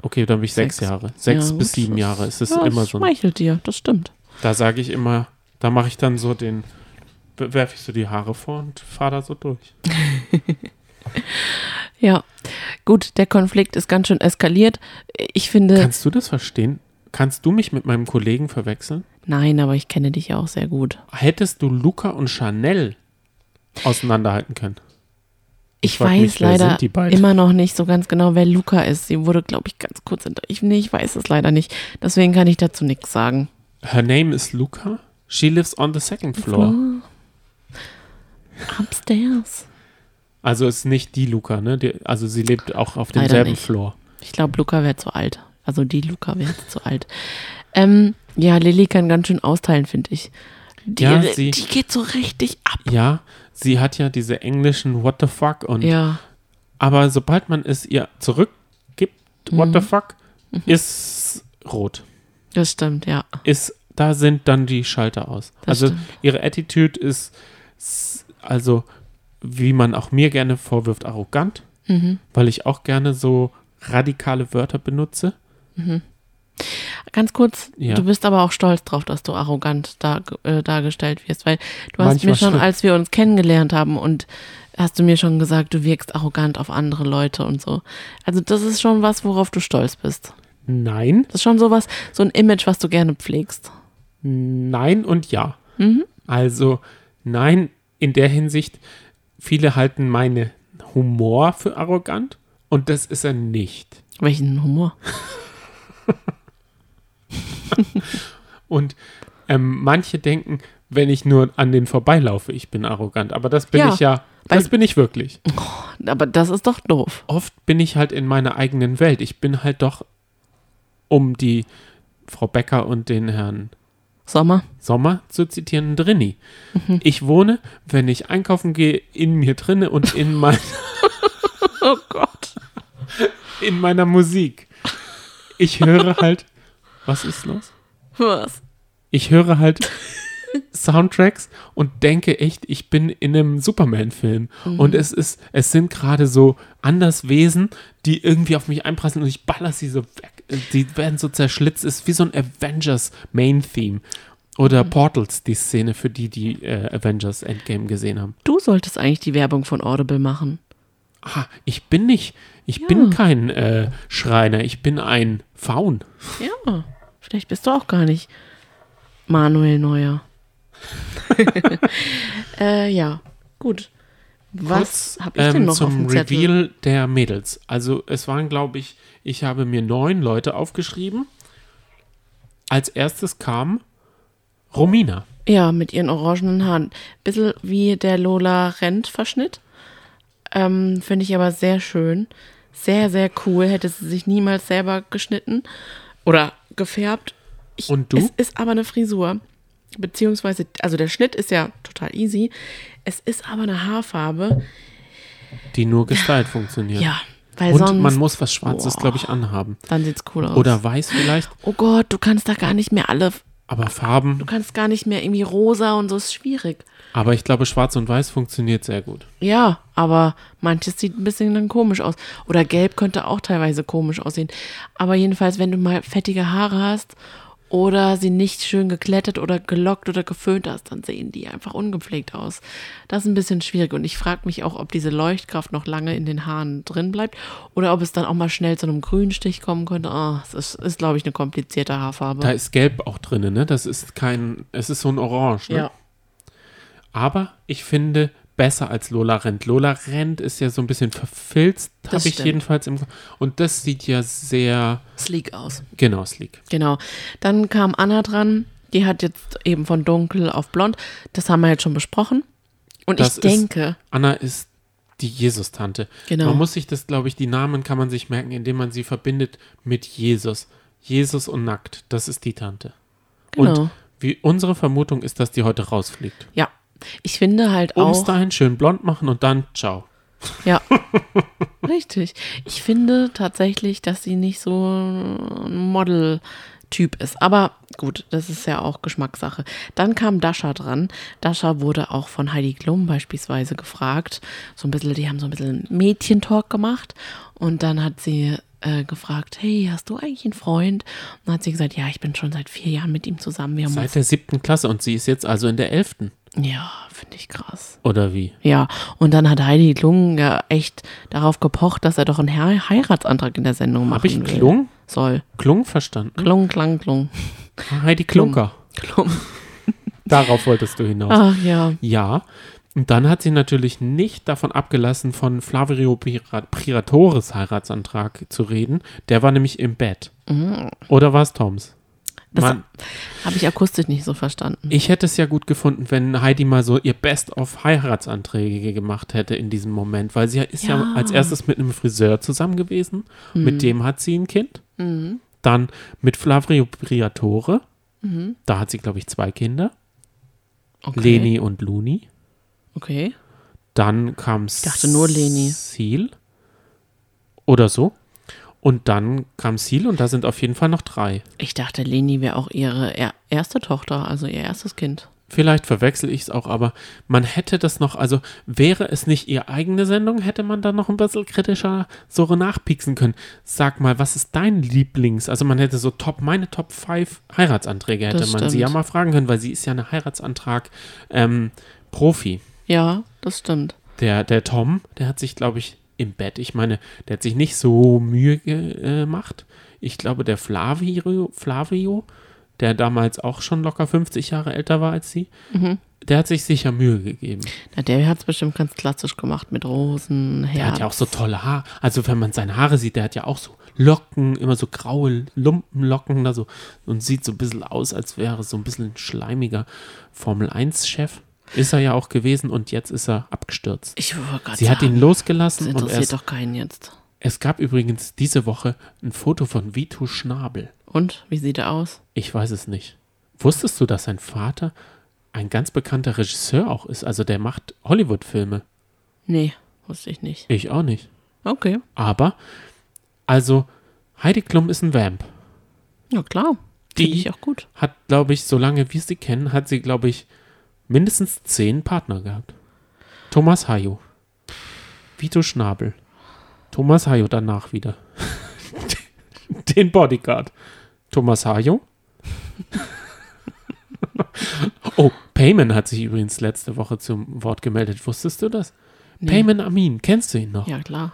Speaker 2: Okay, dann bin ich sechs,
Speaker 1: Sechs.
Speaker 2: Jahre. Sechs
Speaker 1: Ja,
Speaker 2: bis
Speaker 1: gut,
Speaker 2: sieben
Speaker 1: das-
Speaker 2: Jahre. Es ist
Speaker 1: ja,
Speaker 2: immer
Speaker 1: das
Speaker 2: so. ein-
Speaker 1: schmeichelt dir, das stimmt.
Speaker 2: Da sage ich immer, da mache ich dann so den, werfe ich so die Haare vor und fahre da so durch.
Speaker 1: Ja, gut, der Konflikt ist ganz schön eskaliert. Ich finde,
Speaker 2: Kannst du das verstehen? Kannst du mich mit meinem Kollegen verwechseln?
Speaker 1: nein, aber ich kenne dich ja auch sehr gut.
Speaker 2: Hättest du Luca und Chanel auseinanderhalten können?
Speaker 1: Ich,
Speaker 2: frag
Speaker 1: weiß
Speaker 2: mich, wer
Speaker 1: leider
Speaker 2: sind die beiden?
Speaker 1: immer noch nicht so ganz genau, wer Luca ist. Sie wurde, glaube ich, ganz kurz hinter. Ich, nee, ich weiß es leider nicht. Deswegen kann ich dazu nichts sagen.
Speaker 2: Her name is Luca. She lives on the second floor.
Speaker 1: Upstairs.
Speaker 2: Also ist nicht die Luca, ne? Die, also sie lebt auch auf
Speaker 1: Leider
Speaker 2: demselben
Speaker 1: nicht.
Speaker 2: Floor.
Speaker 1: Ich glaube, Luca wäre zu alt. Also die Luca wäre jetzt zu alt. Ähm, ja, Lilly kann ganz schön austeilen, finde ich. Die,
Speaker 2: Ja,
Speaker 1: die
Speaker 2: sie-
Speaker 1: geht so richtig ab.
Speaker 2: Ja, sie hat ja diese englischen What the fuck und
Speaker 1: Ja,
Speaker 2: aber sobald man es ihr zurückgibt,
Speaker 1: Mhm.
Speaker 2: What the fuck, ist rot.
Speaker 1: das stimmt, ja.
Speaker 2: ist, da sind dann die Schalter aus.
Speaker 1: Das
Speaker 2: also
Speaker 1: stimmt.
Speaker 2: ihre Attitude ist, s- also wie man auch mir gerne vorwirft, arrogant,
Speaker 1: Mhm.
Speaker 2: weil ich auch gerne so radikale Wörter benutze.
Speaker 1: Ganz kurz,
Speaker 2: Ja.
Speaker 1: du bist aber auch stolz drauf, dass du arrogant dar, äh, dargestellt wirst, weil du hast
Speaker 2: Manchmal
Speaker 1: mir schon,
Speaker 2: schon.
Speaker 1: als wir uns kennengelernt haben und hast du mir schon gesagt, du wirkst arrogant auf andere Leute und so. Also das ist schon was, worauf du stolz bist.
Speaker 2: Nein,
Speaker 1: Das ist schon sowas, so ein Image, was du gerne pflegst.
Speaker 2: nein und ja.
Speaker 1: Mhm.
Speaker 2: Also nein, in der Hinsicht, viele halten meinen Humor für arrogant und das ist er nicht.
Speaker 1: Welchen Humor?
Speaker 2: Und ähm, manche denken, wenn ich nur an den vorbeilaufe, ich bin arrogant. Aber das bin
Speaker 1: Ja,
Speaker 2: ich ja,
Speaker 1: weil-
Speaker 2: das bin ich wirklich.
Speaker 1: Aber das ist doch doof.
Speaker 2: oft bin ich halt in meiner eigenen Welt. Ich bin halt doch um die Frau Becker und den Herrn
Speaker 1: Sommer.
Speaker 2: Sommer zu zitieren, drinni. Ich wohne, wenn ich einkaufen gehe, in mir drinne und in, mein,
Speaker 1: Oh Gott.
Speaker 2: in meiner Musik. Ich höre halt, was ist los?
Speaker 1: Was?
Speaker 2: Ich höre halt Soundtracks und denke echt, ich bin in einem Superman-Film. Und es ist, es sind gerade so Anderswesen, die irgendwie auf mich einprasseln und ich baller sie so weg. Die werden so zerschlitzt. Es ist wie so ein Avengers-Main-Theme. Oder Portals, die Szene für die, die äh, Avengers Endgame gesehen haben.
Speaker 1: Du solltest eigentlich die Werbung von Audible machen.
Speaker 2: Ah, ich bin nicht, ich bin kein äh, Schreiner, ich bin ein Faun.
Speaker 1: Ja. Vielleicht bist du auch gar nicht Manuel Neuer. äh, ja, gut. Was
Speaker 2: Kurz,
Speaker 1: habe ich denn
Speaker 2: ähm,
Speaker 1: noch
Speaker 2: zum
Speaker 1: auf dem Zettel?
Speaker 2: Reveal der Mädels? Also es waren, glaube ich, ich habe mir neun Leute aufgeschrieben. Als erstes kam Romina.
Speaker 1: Ja, mit ihren orangenen Haaren. Bisschen wie der Lola Rent-Verschnitt. Ähm, Finde ich aber sehr schön. Sehr, sehr cool. Hätte sie sich niemals selber geschnitten oder gefärbt. Ich,
Speaker 2: Und du?
Speaker 1: Es ist aber eine Frisur. Beziehungsweise, also der Schnitt ist ja total easy. Es ist aber eine Haarfarbe.
Speaker 2: die nur gestylt funktioniert.
Speaker 1: Ja, weil
Speaker 2: Und
Speaker 1: sonst.
Speaker 2: man muss was Schwarzes,
Speaker 1: Boah.
Speaker 2: glaube ich, anhaben.
Speaker 1: dann sieht's cool aus.
Speaker 2: Oder weiß vielleicht,
Speaker 1: Oh Gott, du kannst da gar nicht mehr alle.
Speaker 2: aber Farben.
Speaker 1: Du kannst gar nicht mehr irgendwie rosa und so ist schwierig.
Speaker 2: Aber ich glaube, schwarz und weiß funktioniert sehr gut.
Speaker 1: Ja, aber manches sieht ein bisschen dann komisch aus. Oder gelb könnte auch teilweise komisch aussehen. Aber jedenfalls, wenn du mal fettige Haare hast oder sie nicht schön geklettet oder gelockt oder geföhnt hast, dann sehen die einfach ungepflegt aus. Das ist ein bisschen schwierig. Und ich frage mich auch, ob diese Leuchtkraft noch lange in den Haaren drin bleibt oder ob es dann auch mal schnell zu einem Grünstich kommen könnte. Ah, es ist, ist glaube ich, eine komplizierte Haarfarbe.
Speaker 2: Da ist Gelb auch drin, ne? Das ist kein, es ist so ein Orange, ne?
Speaker 1: ja.
Speaker 2: Aber ich finde besser als Lola Rent. Lola Rent ist ja so ein bisschen verfilzt,
Speaker 1: Das
Speaker 2: habe ich
Speaker 1: stimmt.
Speaker 2: jedenfalls im Und das sieht ja sehr
Speaker 1: Sleek aus.
Speaker 2: genau sleek.
Speaker 1: Genau. Dann kam Anna dran. Die hat jetzt eben von dunkel auf blond. Das haben wir jetzt schon besprochen. Und
Speaker 2: Das
Speaker 1: ich denke,
Speaker 2: ist, Anna ist die Jesus-Tante.
Speaker 1: Genau.
Speaker 2: Man muss sich das, glaube ich, die Namen kann man sich merken, indem man sie verbindet mit Jesus. Jesus und nackt, das ist die Tante.
Speaker 1: Genau.
Speaker 2: Und wie unsere Vermutung ist, dass die heute rausfliegt.
Speaker 1: ja, ich finde halt auch,
Speaker 2: Umstylen, schön blond machen und dann ciao.
Speaker 1: Ja, richtig. Ich finde tatsächlich, dass sie nicht so ein Model-Typ ist. Aber gut, das ist ja auch Geschmackssache. Dann kam Dasha dran. Dasha wurde auch von Heidi Klum beispielsweise gefragt. So ein bisschen, die haben so ein bisschen Mädchentalk gemacht. Und dann hat sie äh, gefragt, hey, hast du eigentlich einen Freund? Und dann hat sie gesagt, ja, ich bin schon seit vier Jahren mit ihm zusammen. Wir haben
Speaker 2: Seit der siebten Klasse und sie ist jetzt also in der elften.
Speaker 1: uns, ja, finde ich krass.
Speaker 2: Oder wie?
Speaker 1: Ja, und dann hat Heidi Klum ja echt darauf gepocht, dass er doch einen He Heiratsantrag in der Sendung machen
Speaker 2: Habe ich
Speaker 1: will.
Speaker 2: Klung?
Speaker 1: Soll.
Speaker 2: Klung verstanden?
Speaker 1: Klung, klang, klung.
Speaker 2: Heidi Klunker.
Speaker 1: Klung.
Speaker 2: Darauf wolltest du hinaus.
Speaker 1: Ach ja.
Speaker 2: Ja. Und dann hat sie natürlich nicht davon abgelassen, von Flavirio Pira- Priratores Heiratsantrag zu reden. Der war nämlich im Bett. Oder war es Toms?
Speaker 1: Mhm. Das-
Speaker 2: Mann,
Speaker 1: Habe ich akustisch nicht so verstanden.
Speaker 2: ich hätte es ja gut gefunden, wenn Heidi mal so ihr Best-of-Heiratsanträge gemacht hätte in diesem Moment, weil sie ist ja,
Speaker 1: Ja.
Speaker 2: als erstes mit einem Friseur zusammen gewesen. Mit dem hat sie ein Kind.
Speaker 1: Mhm.
Speaker 2: Dann mit Flavio Priatore. Da hat sie, glaube ich, zwei Kinder.
Speaker 1: Mhm. Okay.
Speaker 2: Leni und Luni.
Speaker 1: Okay.
Speaker 2: Dann kam
Speaker 1: dachte nur Leni.
Speaker 2: Seal oder so. Und dann kam Seal und da sind auf jeden Fall noch drei.
Speaker 1: Ich dachte, Leni wäre auch ihre er erste Tochter, also ihr erstes Kind.
Speaker 2: Vielleicht verwechsel ich es auch, aber man hätte das noch, also wäre es nicht ihre eigene Sendung, hätte man da noch ein bisschen kritischer so nachpieksen können. Sag mal, was ist dein Lieblings? Also man hätte so Top, meine Top 5 Heiratsanträge hätte
Speaker 1: Das
Speaker 2: man sie ja
Speaker 1: stimmt.
Speaker 2: mal fragen können, weil sie ist ja eine Heiratsantrag ähm, Profi.
Speaker 1: Ja, das stimmt.
Speaker 2: Der, der Tom, der hat sich, glaube ich, im Bett, ich meine, der hat sich nicht so Mühe ge- äh, gemacht. Ich glaube, der Flavio, Flavio, der damals auch schon locker 50 Jahre älter war als sie,
Speaker 1: Mhm.
Speaker 2: der hat sich sicher Mühe gegeben.
Speaker 1: Na, der hat es bestimmt ganz klassisch gemacht mit Rosen,
Speaker 2: Der
Speaker 1: Herz.
Speaker 2: hat ja auch so tolle Haare. Also, wenn man seine Haare sieht, der hat ja auch so Locken, immer so graue Lumpenlocken da so und sieht so ein bisschen aus, als wäre so ein bisschen ein schleimiger Formel-1-Chef. Ist er ja auch gewesen und jetzt ist er abgestürzt.
Speaker 1: Ich wollte gerade
Speaker 2: Sie hat ihn
Speaker 1: sagen, das
Speaker 2: losgelassen und er
Speaker 1: interessiert
Speaker 2: ist
Speaker 1: doch keinen jetzt.
Speaker 2: Es gab übrigens diese Woche ein Foto von Vito Schnabel.
Speaker 1: Und? Wie sieht er aus?
Speaker 2: Ich weiß es nicht. Wusstest du, dass sein Vater ein ganz bekannter Regisseur auch ist? Also der macht Hollywood-Filme.
Speaker 1: Nee, wusste ich nicht.
Speaker 2: Ich auch nicht.
Speaker 1: Okay.
Speaker 2: Aber, also Heidi Klum ist ein Vamp.
Speaker 1: Ja, klar.
Speaker 2: Die-
Speaker 1: Finde ich auch gut.
Speaker 2: Hat, glaube ich, solange wir sie kennen, hat sie, glaube ich, mindestens zehn Partner gehabt. Thomas Hayo. Vito Schnabel. Thomas Hayo danach wieder. Den Bodyguard. Thomas Hayo. oh, Payman hat sich übrigens letzte Woche zum Wort gemeldet. Wusstest du das?
Speaker 1: Nee.
Speaker 2: Payman Amin, kennst du ihn noch?
Speaker 1: Ja, klar.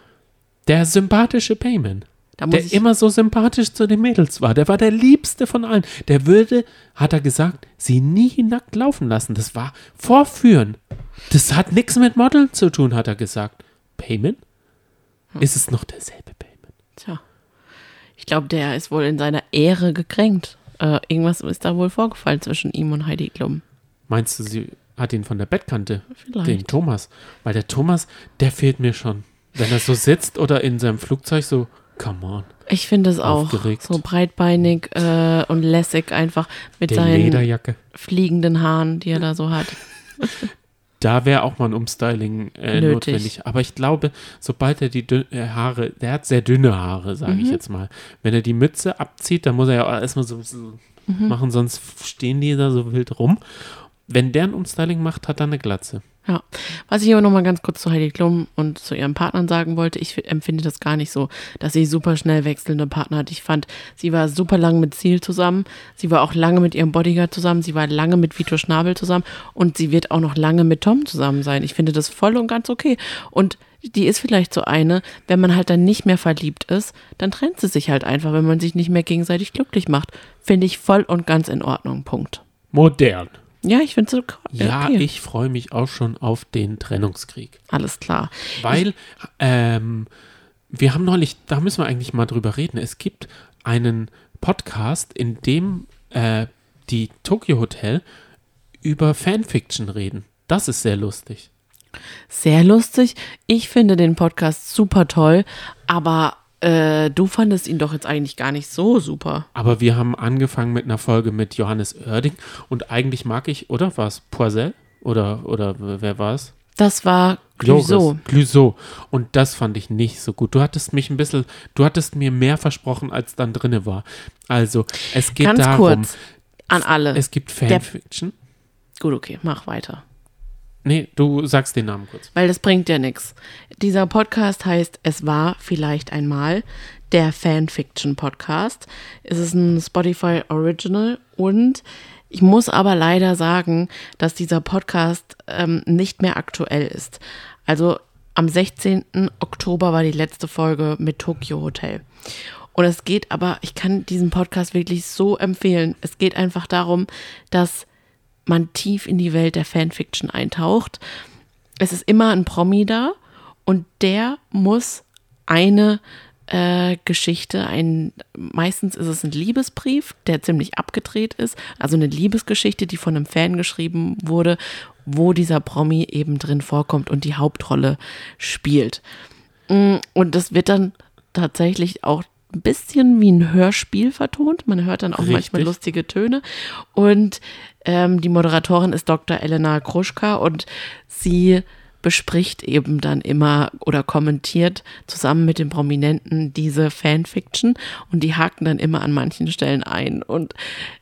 Speaker 2: Der sympathische Payman
Speaker 1: Da muss
Speaker 2: der
Speaker 1: ich,
Speaker 2: immer so sympathisch zu den Mädels war. Der war der Liebste von allen. Der würde, hat er gesagt, sie nie nackt laufen lassen. Das war Vorführen. Das hat nichts mit Modeln zu tun, hat er gesagt. Payment?
Speaker 1: Hm.
Speaker 2: Ist es noch derselbe Payment?
Speaker 1: tja. Ich glaube, der ist wohl in seiner Ehre gekränkt. Äh, irgendwas ist da wohl vorgefallen zwischen ihm und Heidi Klum.
Speaker 2: Meinst du, sie hat ihn von der Bettkante?
Speaker 1: Vielleicht.
Speaker 2: Den Thomas. Weil der Thomas, der fehlt mir schon. Wenn er so sitzt oder in seinem Flugzeug so, come on.
Speaker 1: Ich finde es auch
Speaker 2: Aufgeregt.
Speaker 1: so breitbeinig äh, und lässig einfach mit
Speaker 2: Der
Speaker 1: seinen
Speaker 2: Lederjacke.
Speaker 1: fliegenden Haaren, die er da so hat.
Speaker 2: Da wäre auch mal ein Umstyling äh,
Speaker 1: Nötig.
Speaker 2: notwendig. Aber ich glaube, sobald er die dünn, äh, Haare, der hat sehr dünne Haare, sage
Speaker 1: Mhm.
Speaker 2: ich jetzt mal. Wenn er die Mütze abzieht, dann muss er ja auch erstmal so, so
Speaker 1: Mhm.
Speaker 2: machen, sonst stehen die da so wild rum. Wenn der ein Umstyling macht, hat er eine Glatze.
Speaker 1: Ja. Was ich aber nochmal ganz kurz zu Heidi Klum und zu ihren Partnern sagen wollte, ich empfinde das gar nicht so, dass sie super schnell wechselnde Partner hat. Ich fand, sie war super lang mit Seal zusammen, sie war auch lange mit ihrem Bodyguard zusammen, sie war lange mit Vito Schnabel zusammen und sie wird auch noch lange mit Tom zusammen sein. Ich finde das voll und ganz okay. Und die ist vielleicht so eine, wenn man halt dann nicht mehr verliebt ist, dann trennt sie sich halt einfach, wenn man sich nicht mehr gegenseitig glücklich macht. Finde ich voll und ganz in Ordnung. Punkt.
Speaker 2: Modern.
Speaker 1: Ja, ich finde es okay.
Speaker 2: Ja, ich freue mich auch schon auf den Trennungskrieg.
Speaker 1: Alles klar.
Speaker 2: Weil ähm, wir haben neulich, da müssen wir eigentlich mal drüber reden. Es gibt einen Podcast, in dem äh, die Tokyo Hotel über Fanfiction reden. Das ist sehr lustig.
Speaker 1: Sehr lustig. Ich finde den Podcast super toll, aber äh, du fandest ihn doch jetzt eigentlich gar nicht so super.
Speaker 2: Aber wir haben angefangen mit einer Folge mit Johannes Oerding und eigentlich mag ich, oder was? Poisel? Oder, oder wer war es?
Speaker 1: Das war Glüso.
Speaker 2: Glüso. Und das fand ich nicht so gut. Du hattest mich ein bisschen, du hattest mir mehr versprochen, als dann drinne war. Also, es geht
Speaker 1: Ganz
Speaker 2: darum,
Speaker 1: kurz an alle.
Speaker 2: es gibt Fanfiction.
Speaker 1: Gut, okay, mach weiter.
Speaker 2: Nee, du sagst den Namen kurz.
Speaker 1: Weil das bringt ja nichts. Dieser Podcast heißt Es war vielleicht einmal der Fanfiction Podcast. Es ist ein Spotify Original und ich muss aber leider sagen, dass dieser Podcast ähm, nicht mehr aktuell ist. Also am 16. Oktober war die letzte Folge mit Tokyo Hotel. Und es geht aber, ich kann diesen Podcast wirklich so empfehlen. Es geht einfach darum, dass man tief in die Welt der Fanfiction eintaucht. Es ist immer ein Promi da und der muss eine äh, Geschichte, ein, meistens ist es ein Liebesbrief, der ziemlich abgedreht ist, also eine Liebesgeschichte, die von einem Fan geschrieben wurde, wo dieser Promi eben drin vorkommt und die Hauptrolle spielt. Mm, Und das wird dann tatsächlich auch ein bisschen wie ein Hörspiel vertont. Man hört dann auch manchmal
Speaker 2: Richtig.
Speaker 1: lustige Töne. Und ähm, die Moderatorin ist Dr. Elena Kruschka und sie bespricht eben dann immer oder kommentiert zusammen mit den Prominenten diese Fanfiction und die haken dann immer an manchen Stellen ein und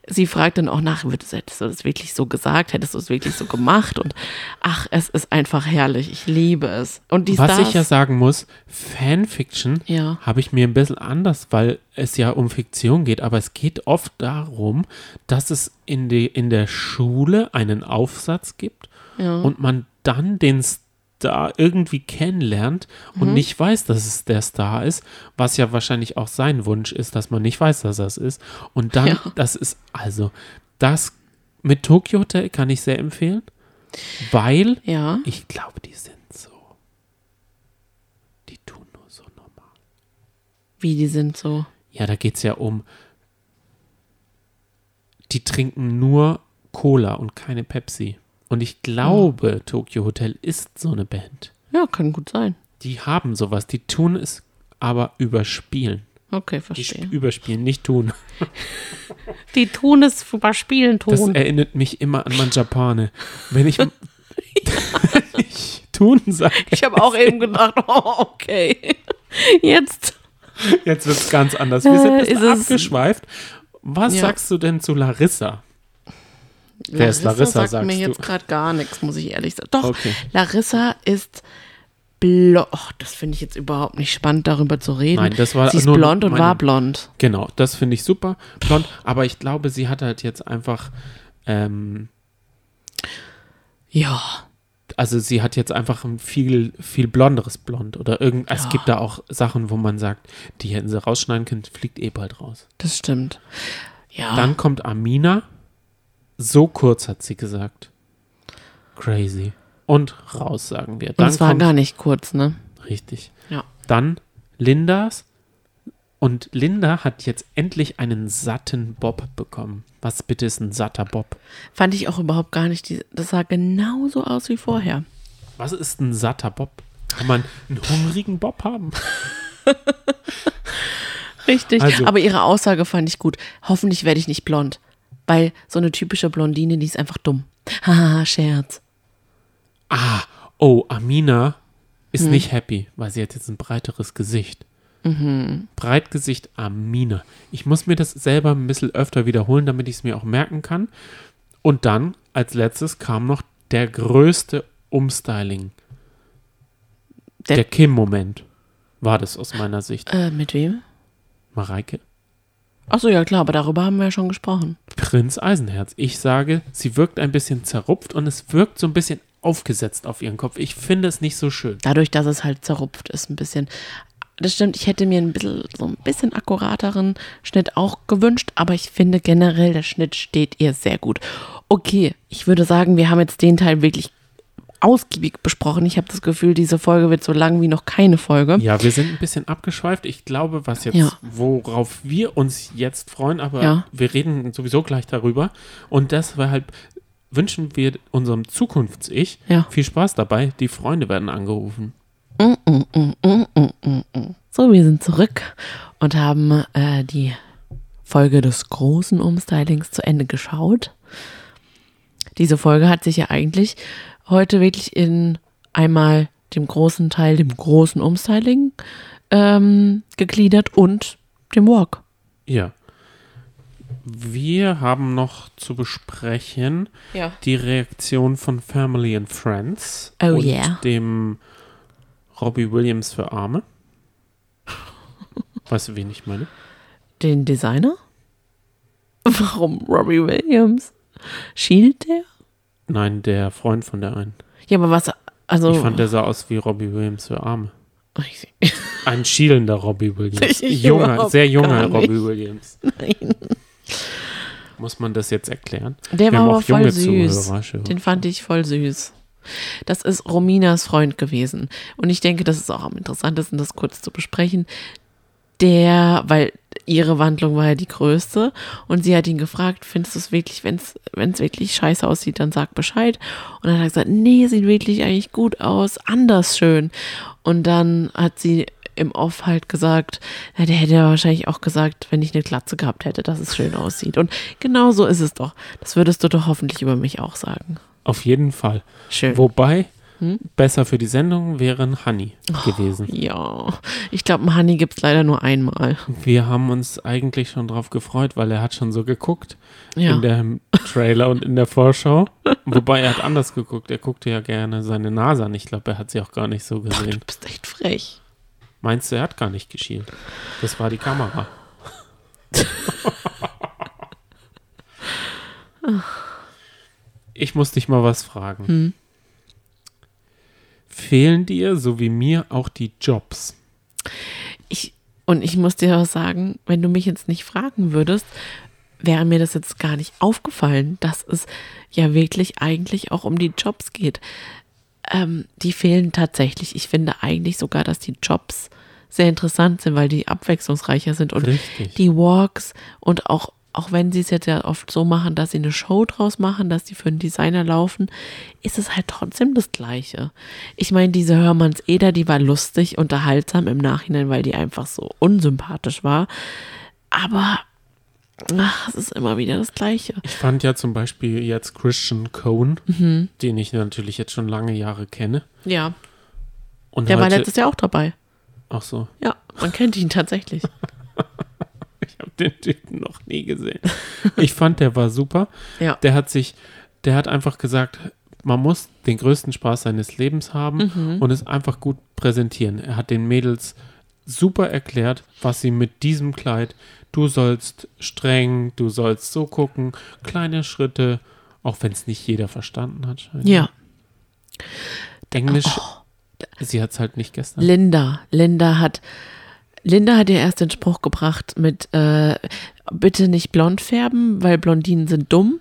Speaker 1: sie fragt dann auch nach, würdest- hättest du das wirklich so gesagt, hättest du es wirklich so gemacht und ach, es ist einfach herrlich, ich liebe es. Und die
Speaker 2: Was
Speaker 1: Stars,
Speaker 2: ich ja sagen muss, Fanfiction
Speaker 1: Ja.
Speaker 2: habe ich mir ein bisschen anders, weil es ja um Fiktion geht, aber es geht oft darum, dass es in, die, in der Schule einen Aufsatz gibt und man dann den Star irgendwie kennenlernt und nicht weiß, dass es der Star ist, was ja wahrscheinlich auch sein Wunsch ist, dass man nicht weiß, dass das ist. Und dann,
Speaker 1: Ja.
Speaker 2: das ist also, das mit Tokyo Hotel kann ich sehr empfehlen, weil
Speaker 1: ja,
Speaker 2: ich glaube, die sind so. Die tun nur so normal.
Speaker 1: wie die sind so.
Speaker 2: Ja, da geht es ja um. Die trinken nur Cola und keine Pepsi. Und ich glaube,
Speaker 1: Hm.
Speaker 2: Tokyo Hotel ist so eine Band.
Speaker 1: Ja, kann gut sein.
Speaker 2: Die haben sowas. Die tun es aber überspielen.
Speaker 1: Okay,
Speaker 2: Die sp-
Speaker 1: verstehe.
Speaker 2: überspielen, nicht tun.
Speaker 1: Die tun es überspielen,
Speaker 2: Das
Speaker 1: tun.
Speaker 2: erinnert mich immer an mein Japane. Wenn ich, wenn ich tun sage,
Speaker 1: Ich habe auch eben gedacht, oh, okay. Jetzt.
Speaker 2: Jetzt wird es ganz anders. Wir sind ein
Speaker 1: Äh,
Speaker 2: bisschen
Speaker 1: ist es-
Speaker 2: abgeschweift. Was
Speaker 1: Ja.
Speaker 2: sagst du denn zu Larissa? Wer ist Larissa,
Speaker 1: sagt mir
Speaker 2: sagst
Speaker 1: jetzt
Speaker 2: du?
Speaker 1: gerade gar nichts, muss ich ehrlich sagen. Doch,
Speaker 2: Okay.
Speaker 1: Larissa ist blond. Och, das finde ich jetzt überhaupt nicht spannend, darüber zu reden.
Speaker 2: Nein, das war
Speaker 1: Sie ist
Speaker 2: nur
Speaker 1: blond und
Speaker 2: meine-
Speaker 1: war blond.
Speaker 2: Genau, das finde ich super. Blond, aber ich glaube, sie hat halt jetzt einfach, ähm,
Speaker 1: Ja,
Speaker 2: also sie hat jetzt einfach ein viel, viel blonderes Blond oder irgend.
Speaker 1: Ah.
Speaker 2: Es gibt da auch Sachen, wo man sagt, die hätten sie rausschneiden können, fliegt eh bald raus.
Speaker 1: das stimmt. Ja,
Speaker 2: Dann kommt Amina. So kurz hat sie gesagt. Crazy. Und raus, sagen wir.
Speaker 1: und
Speaker 2: Dann
Speaker 1: es war
Speaker 2: kommt,
Speaker 1: gar nicht kurz, ne?
Speaker 2: Richtig.
Speaker 1: Ja.
Speaker 2: Dann Lindas. Und Linda hat jetzt endlich einen satten Bob bekommen. Was bitte ist ein satter Bob?
Speaker 1: Fand ich auch überhaupt gar nicht. Die, das sah genauso aus wie vorher.
Speaker 2: Was ist ein satter Bob? Kann man einen hungrigen Bob haben?
Speaker 1: Richtig.
Speaker 2: Also-
Speaker 1: Aber ihre Aussage fand ich gut. Hoffentlich werde ich nicht blond. Weil so eine typische Blondine, die ist einfach dumm. Haha, Scherz.
Speaker 2: Ah, oh, Amina ist nicht happy, weil sie hat jetzt ein breiteres Gesicht. Breitgesicht Amina. Ich muss mir das selber ein bisschen öfter wiederholen, damit ich es mir auch merken kann. Und dann, als letztes, kam noch der größte Umstyling.
Speaker 1: Der-
Speaker 2: Der, Kim-Moment war das aus meiner Sicht.
Speaker 1: Äh, mit wem?
Speaker 2: Mareike,
Speaker 1: Achso, ja klar, aber darüber haben wir ja schon gesprochen.
Speaker 2: Prinz Eisenherz. Ich sage, sie wirkt ein bisschen zerrupft und es wirkt so ein bisschen aufgesetzt auf ihren Kopf. Ich finde es nicht so schön.
Speaker 1: Dadurch, dass es halt zerrupft ist ein bisschen. Das stimmt, ich hätte mir ein bisschen, so ein bisschen akkurateren Schnitt auch gewünscht, aber ich finde generell, der Schnitt steht ihr sehr gut. Okay, ich würde sagen, wir haben jetzt den Teil wirklich ausgiebig besprochen. Ich habe das Gefühl, diese Folge wird so lang wie noch keine Folge.
Speaker 2: Ja, wir sind ein bisschen abgeschweift. Ich glaube, was jetzt,
Speaker 1: Ja.
Speaker 2: worauf wir uns jetzt freuen, aber
Speaker 1: Ja.
Speaker 2: wir reden sowieso gleich darüber. Und deshalb wünschen wir unserem Zukunfts-Ich
Speaker 1: Ja.
Speaker 2: viel Spaß dabei. Die Freunde werden angerufen.
Speaker 1: So, wir sind zurück und haben äh, die Folge des großen Umstylings zu Ende geschaut. Diese Folge hat sich ja eigentlich heute wirklich in einmal dem großen Teil, dem großen Umstyling ähm, gegliedert und dem Walk.
Speaker 2: Ja. Wir haben noch zu besprechen
Speaker 1: Ja.
Speaker 2: die Reaktion von Family and Friends
Speaker 1: Oh
Speaker 2: und
Speaker 1: yeah.
Speaker 2: dem Robbie Williams für Arme. Weißt du, wen ich meine?
Speaker 1: Den Designer? Warum Robbie Williams? Schielt der?
Speaker 2: Nein, der Freund von der einen.
Speaker 1: Ja, aber was, also.
Speaker 2: Ich fand, der sah aus wie Robbie Williams für Arme.
Speaker 1: Ich seh-
Speaker 2: Ein schielender Robbie Williams.
Speaker 1: Ich
Speaker 2: junger,
Speaker 1: überhaupt
Speaker 2: sehr junger
Speaker 1: gar nicht.
Speaker 2: Robbie Williams.
Speaker 1: Nein.
Speaker 2: Muss man das jetzt erklären?
Speaker 1: Der
Speaker 2: Wir
Speaker 1: war
Speaker 2: haben
Speaker 1: aber
Speaker 2: auch junge
Speaker 1: voll süß.
Speaker 2: Zuhörer, Schörer.
Speaker 1: Den fand ich voll süß. Das ist Rominas Freund gewesen. Und ich denke, das ist auch am interessantesten, das kurz zu besprechen. Der, weil ihre Wandlung war ja die größte. Und sie hat ihn gefragt, findest du es wirklich, wenn es wirklich scheiße aussieht, dann sag Bescheid. Und dann hat er gesagt, nee, sieht wirklich eigentlich gut aus, anders schön. Und dann hat sie im Off halt gesagt, na, der hätte ja wahrscheinlich auch gesagt, wenn ich eine Glatze gehabt hätte, dass es schön aussieht. Und genau so ist es doch. Das würdest du doch hoffentlich über mich auch sagen.
Speaker 2: Auf jeden Fall.
Speaker 1: Schön.
Speaker 2: Wobei, besser für die Sendung wären Honey
Speaker 1: Oh,
Speaker 2: gewesen.
Speaker 1: Ja, ich glaube, einen Honey gibt es leider nur einmal.
Speaker 2: Wir haben uns eigentlich schon drauf gefreut, weil er hat schon so geguckt
Speaker 1: Ja.
Speaker 2: in dem Trailer und in der Vorschau. Wobei er hat anders geguckt. Er guckte ja gerne seine Nase an. Ich glaube, er hat sie auch gar nicht so
Speaker 1: Du
Speaker 2: gesehen.
Speaker 1: bist echt frech.
Speaker 2: Meinst du, er hat gar nicht geschielt? Das war die Kamera. ich muss dich mal was fragen. Fehlen dir, so wie mir, auch die Jobs?
Speaker 1: Ich, und ich muss dir was sagen, wenn du mich jetzt nicht fragen würdest, wäre mir das jetzt gar nicht aufgefallen, dass es ja wirklich eigentlich auch um die Jobs geht. Ähm, die fehlen tatsächlich. Ich finde eigentlich sogar, dass die Jobs sehr interessant sind, weil die abwechslungsreicher sind und
Speaker 2: Richtig.
Speaker 1: die Walks und auch, auch wenn sie es jetzt ja oft so machen, dass sie eine Show draus machen, dass die für einen Designer laufen, ist es halt trotzdem das Gleiche. Ich meine, diese Hörmanns Eder, die war lustig, unterhaltsam im Nachhinein, weil die einfach so unsympathisch war. Aber ach, es ist immer wieder das Gleiche.
Speaker 2: Ich fand ja zum Beispiel jetzt Christian Cohn,
Speaker 1: Mhm.
Speaker 2: den ich natürlich jetzt schon lange Jahre kenne.
Speaker 1: Ja,
Speaker 2: Und
Speaker 1: der war
Speaker 2: heute-
Speaker 1: letztes Jahr auch dabei.
Speaker 2: Ach so,
Speaker 1: Ja, man kennt ihn tatsächlich.
Speaker 2: ich habe den Typen noch nie gesehen. Ich fand, der war super.
Speaker 1: Ja.
Speaker 2: der hat sich, der hat einfach gesagt, man muss den größten Spaß seines Lebens haben
Speaker 1: Mhm.
Speaker 2: und es einfach gut präsentieren. Er hat den Mädels super erklärt, was sie mit diesem Kleid, du sollst streng, du sollst so gucken, kleine Schritte, auch wenn es nicht jeder verstanden hat. scheinbar.
Speaker 1: Ja,
Speaker 2: Englisch, sie hat es halt nicht gestern.
Speaker 1: Linda. Linda hat Linda hat ja erst den Spruch gebracht mit äh, bitte nicht blond färben, weil Blondinen sind dumm.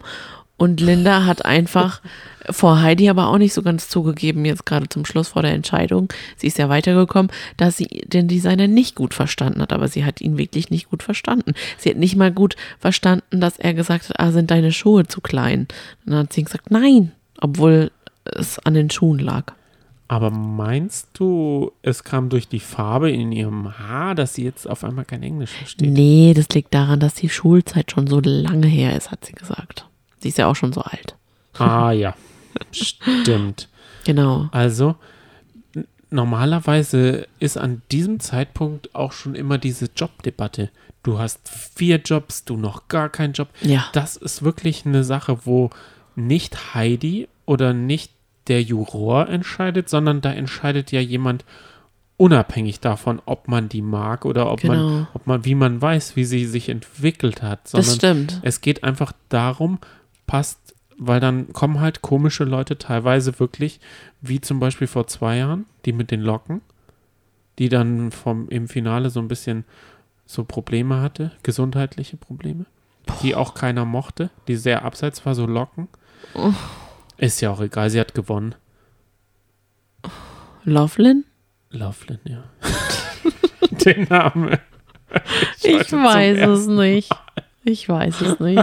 Speaker 1: Und Linda hat einfach vor Heidi aber auch nicht so ganz zugegeben, jetzt gerade zum Schluss vor der Entscheidung, sie ist ja weitergekommen, dass sie den Designer nicht gut verstanden hat, aber sie hat ihn wirklich nicht gut verstanden. Sie hat nicht mal gut verstanden, dass er gesagt hat, ah, sind deine Schuhe zu klein. Und dann hat sie gesagt, nein, obwohl es an den Schuhen lag.
Speaker 2: Aber meinst du, es kam durch die Farbe in ihrem Haar, dass sie jetzt auf einmal kein Englisch versteht?
Speaker 1: Nee, das liegt daran, dass die Schulzeit schon so lange her ist, hat sie gesagt. Sie ist ja auch schon so alt.
Speaker 2: Ah ja, stimmt.
Speaker 1: Genau.
Speaker 2: Also, n- normalerweise ist an diesem Zeitpunkt auch schon immer diese Jobdebatte. Du hast vier Jobs, du noch gar keinen Job.
Speaker 1: Ja.
Speaker 2: Das ist wirklich eine Sache, wo nicht Heidi oder nicht der Juror entscheidet, sondern da entscheidet ja jemand unabhängig davon, ob man die mag oder ob man,
Speaker 1: Genau.
Speaker 2: ob man, wie man weiß, wie sie sich entwickelt hat.
Speaker 1: Das
Speaker 2: Sondern
Speaker 1: stimmt.
Speaker 2: es geht einfach darum, passt, weil dann kommen halt komische Leute teilweise wirklich, wie zum Beispiel vor zwei Jahren, die mit den Locken, die dann vom, im Finale so ein bisschen so Probleme hatte, gesundheitliche Probleme, die auch keiner mochte, die sehr abseits war, so Locken.
Speaker 1: Oh.
Speaker 2: Ist ja auch egal, sie hat gewonnen.
Speaker 1: Lovelin?
Speaker 2: Loveland, ja. den Namen.
Speaker 1: Ich
Speaker 2: zum
Speaker 1: weiß es
Speaker 2: ersten
Speaker 1: nicht. Ich weiß es nicht.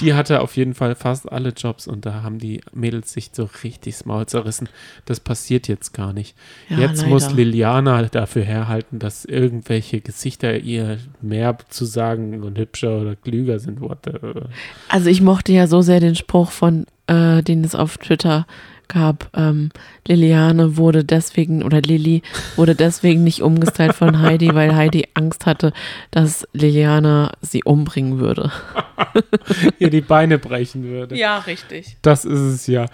Speaker 2: Die hatte auf jeden Fall fast alle Jobs und da haben die Mädels sich so richtig das Maul zerrissen. Das passiert jetzt gar nicht.
Speaker 1: Ja,
Speaker 2: jetzt
Speaker 1: leider.
Speaker 2: muss Liliana dafür herhalten, dass irgendwelche Gesichter ihr mehr zu sagen und hübscher oder klüger sind. What the,
Speaker 1: Also ich mochte ja so sehr den Spruch von, äh, den es auf Twitter gab. Ähm, Liliane wurde deswegen, oder Lilly wurde deswegen nicht umgestylt von Heidi, weil Heidi Angst hatte, dass Liliane sie umbringen würde.
Speaker 2: Ihr die Beine brechen würde.
Speaker 1: Ja, richtig.
Speaker 2: Das ist es ja.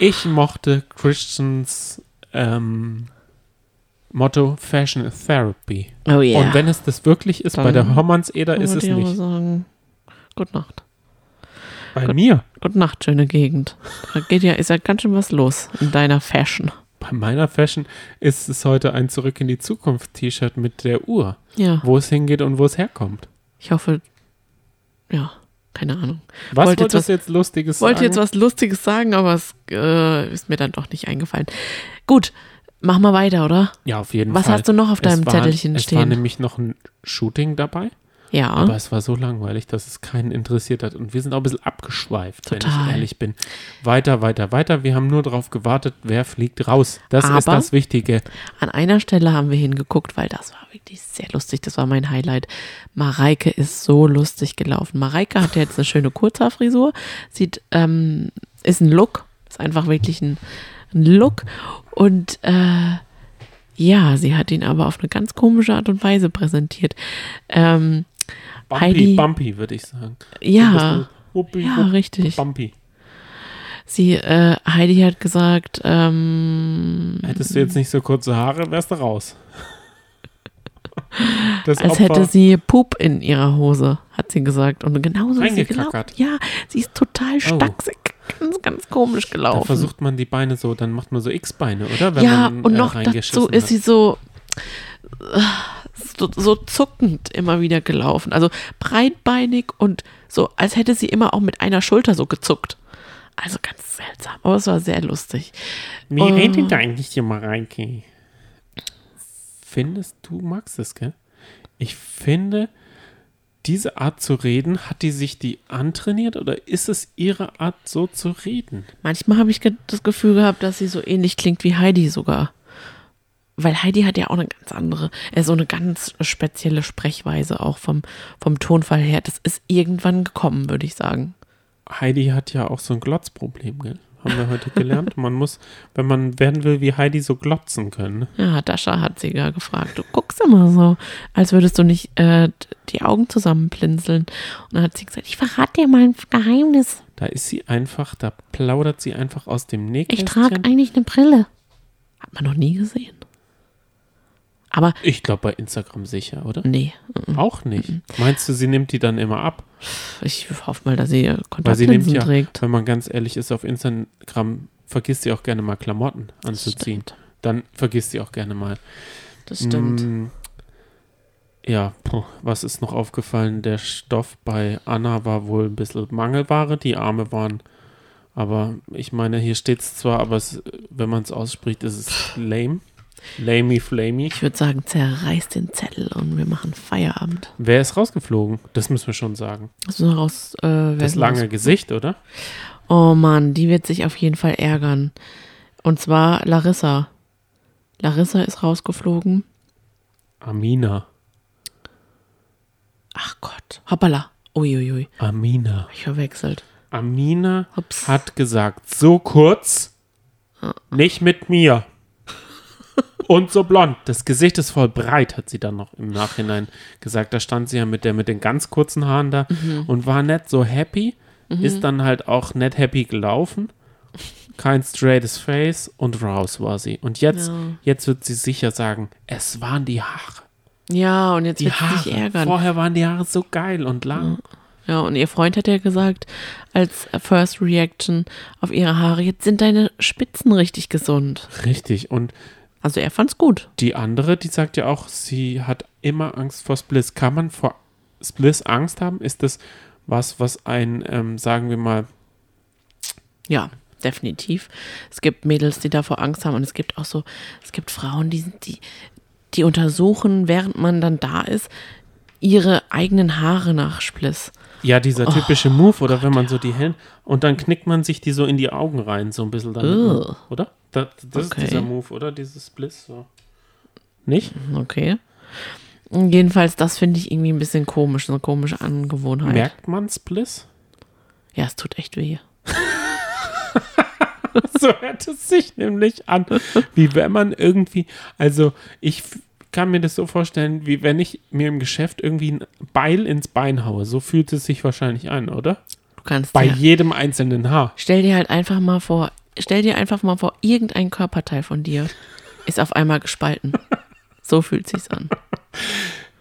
Speaker 2: Ich mochte Christians ähm, Motto Fashion Therapy.
Speaker 1: Oh yeah.
Speaker 2: Und wenn es das wirklich ist,
Speaker 1: Dann
Speaker 2: bei der Hommanns-Eder ist es
Speaker 1: Würde ich aber
Speaker 2: nicht.
Speaker 1: sagen, gute Nacht.
Speaker 2: Bei mir.
Speaker 1: Gute Nacht, schöne Gegend. Da geht ja, ist ja ganz schön was los in deiner Fashion.
Speaker 2: Bei meiner Fashion ist es heute ein Zurück in die Zukunft-T-Shirt mit der Uhr,
Speaker 1: Ja,
Speaker 2: wo es hingeht und wo es herkommt.
Speaker 1: ich hoffe, ja, keine Ahnung. Wollt
Speaker 2: Was wollte
Speaker 1: jetzt
Speaker 2: jetzt,
Speaker 1: was-
Speaker 2: jetzt Lustiges
Speaker 1: Wollte
Speaker 2: sagen?
Speaker 1: jetzt was Lustiges sagen, aber es äh, ist mir dann doch nicht eingefallen. Gut, mach mal weiter, oder?
Speaker 2: Ja, auf jeden
Speaker 1: Was
Speaker 2: Fall.
Speaker 1: hast du noch auf deinem
Speaker 2: es war,
Speaker 1: Zettelchen
Speaker 2: es war
Speaker 1: stehen? Ah.
Speaker 2: nämlich noch ein Shooting dabei,
Speaker 1: ja.
Speaker 2: aber es war so langweilig, dass es keinen interessiert hat. Und wir sind auch ein bisschen abgeschweift, wenn
Speaker 1: Total.
Speaker 2: ich ehrlich bin. Weiter, weiter, weiter. Wir haben nur darauf gewartet, wer fliegt raus. Das ist
Speaker 1: Aber-
Speaker 2: das Wichtige.
Speaker 1: An einer Stelle haben wir hingeguckt, weil das war wirklich sehr lustig. Das war mein Highlight. Mareike ist so lustig gelaufen. Mareike hat jetzt eine schöne Kurzhaarfrisur. Sieht, ähm, ist ein Look. Ist einfach wirklich ein, ein Look. Und äh, ja, sie hat ihn aber auf eine ganz komische Art und Weise präsentiert. Ähm,
Speaker 2: Bumpy,
Speaker 1: Heidi-
Speaker 2: bumpy, würde ich sagen.
Speaker 1: ja,
Speaker 2: Wuppi,
Speaker 1: ja,
Speaker 2: wupp,
Speaker 1: richtig.
Speaker 2: Bumpy.
Speaker 1: Sie, äh, Heidi hat gesagt, ähm,
Speaker 2: Hättest du jetzt nicht so kurze Haare, wärst du raus. Das
Speaker 1: Als
Speaker 2: Opfer,
Speaker 1: hätte sie Pup in ihrer Hose, hat sie gesagt. Und genauso ist sie gelaufen.
Speaker 2: Reingekackert.
Speaker 1: Ja, sie ist total stachsig. Ganz, ganz komisch
Speaker 2: dann
Speaker 1: gelaufen.
Speaker 2: versucht man die Beine so, dann macht man so X-Beine, oder? Wenn
Speaker 1: Ja,
Speaker 2: man,
Speaker 1: und
Speaker 2: äh,
Speaker 1: noch dazu
Speaker 2: reingeschissen
Speaker 1: ist
Speaker 2: hat.
Speaker 1: sie so, äh, so, so zuckend immer wieder gelaufen. Also breitbeinig und so, als hätte sie immer auch mit einer Schulter so gezuckt. Also ganz seltsam, aber es war sehr lustig.
Speaker 2: Wie
Speaker 1: Oh.
Speaker 2: redet eigentlich die Mareike? Findest du, magst es, gell? Ich finde, diese Art zu reden, hat die sich die antrainiert oder ist es ihre Art, so zu reden?
Speaker 1: Manchmal habe ich ge- das Gefühl gehabt, dass sie so ähnlich klingt wie Heidi sogar. Weil Heidi hat ja auch eine ganz andere, äh, so eine ganz spezielle Sprechweise auch vom, vom Tonfall her. Das ist irgendwann gekommen, würde ich sagen.
Speaker 2: Heidi hat ja auch so ein Glotzproblem, gell? Haben wir heute gelernt. Man muss, wenn man werden will wie Heidi, so glotzen können.
Speaker 1: Ja, Dasha hat sie gar gefragt. Du guckst immer so, als würdest du nicht äh, die Augen zusammenblinzeln. Und dann hat sie gesagt, ich verrate dir mal ein Geheimnis.
Speaker 2: Da ist sie einfach, da plaudert sie einfach aus dem
Speaker 1: Ich
Speaker 2: Nähkästchen.
Speaker 1: trage eigentlich eine Brille. Hat man noch nie gesehen. Aber
Speaker 2: Ich glaube bei Instagram sicher, oder?
Speaker 1: nee,
Speaker 2: Auch nicht. Meinst du, sie nimmt die dann immer ab?
Speaker 1: ich hoffe mal, dass sie
Speaker 2: Weil sie nimmt
Speaker 1: Kontaktlinsen
Speaker 2: ja,
Speaker 1: trägt.
Speaker 2: wenn man ganz ehrlich ist, auf Instagram vergisst sie auch gerne mal Klamotten anzuziehen.
Speaker 1: Stimmt,
Speaker 2: Dann vergisst sie auch gerne mal.
Speaker 1: das stimmt.
Speaker 2: Mm, Ja, puh, was ist noch aufgefallen? Der Stoff bei Anna war wohl ein bisschen Mangelware, die Arme waren. Aber ich meine, hier steht es zwar, aber es, wenn man es ausspricht, ist es lame. Lamey, flamey.
Speaker 1: Ich würde sagen, zerreiß den Zettel und wir machen Feierabend.
Speaker 2: Wer ist rausgeflogen? Das müssen wir schon sagen.
Speaker 1: Hast du noch raus, äh, wer
Speaker 2: Das
Speaker 1: ist noch
Speaker 2: lange Gesicht, oder?
Speaker 1: raus- Oh Mann, die wird sich auf jeden Fall ärgern. Und zwar Larissa. Larissa ist rausgeflogen.
Speaker 2: Amina.
Speaker 1: Ach Gott. Hoppala. Uiuiui.
Speaker 2: Amina.
Speaker 1: Ich verwechselt.
Speaker 2: Amina
Speaker 1: Ups.
Speaker 2: hat gesagt, so kurz,
Speaker 1: Ah.
Speaker 2: nicht mit mir. Und so blond. Das Gesicht ist voll breit, hat sie dann noch im Nachhinein gesagt. Da stand sie ja mit der mit den ganz kurzen Haaren da
Speaker 1: Mhm.
Speaker 2: und war nicht so happy. Ist dann halt auch nicht happy gelaufen. Kein straightes Face und raus war sie. Und jetzt,
Speaker 1: Ja.
Speaker 2: jetzt wird sie sicher sagen, es waren die Haare.
Speaker 1: Ja, und jetzt
Speaker 2: Die
Speaker 1: wird sie sich
Speaker 2: Haare.
Speaker 1: ärgern.
Speaker 2: Vorher waren die Haare so geil und lang.
Speaker 1: Ja, und ihr Freund hat ja gesagt, als First Reaction auf ihre Haare, jetzt sind deine Spitzen richtig gesund.
Speaker 2: Richtig. Und
Speaker 1: Also er fand's gut.
Speaker 2: Die andere, die sagt ja auch, sie hat immer Angst vor Spliss. Kann man vor Spliss Angst haben? Ist das was, was ein, ähm, sagen wir mal,
Speaker 1: Ja, definitiv. Es gibt Mädels, die davor Angst haben und es gibt auch so, es gibt Frauen, die, die, die untersuchen, während man dann da ist, ihre eigenen Haare nach Spliss.
Speaker 2: ja, dieser
Speaker 1: Oh
Speaker 2: typische Move oder wenn man so die Hände und dann knickt man sich die so in die Augen rein, so ein bisschen dann.
Speaker 1: Ugh.
Speaker 2: Oder? Das, das
Speaker 1: Okay.
Speaker 2: ist dieser Move, oder? Dieses Spliss. So. Nicht?
Speaker 1: Okay. Jedenfalls, das finde ich irgendwie ein bisschen komisch, so eine komische Angewohnheit.
Speaker 2: Merkt man Spliss?
Speaker 1: Ja, es tut echt weh.
Speaker 2: so hört es sich nämlich an. Wie wenn man irgendwie, also ich f- kann mir das so vorstellen, wie wenn ich mir im Geschäft irgendwie ein Beil ins Bein haue. So fühlt es sich wahrscheinlich an, oder?
Speaker 1: Du kannst
Speaker 2: Bei
Speaker 1: dir,
Speaker 2: jedem einzelnen Haar.
Speaker 1: stell dir halt einfach mal vor, stell dir einfach mal vor, irgendein Körperteil von dir ist auf einmal gespalten. So fühlt sich's an.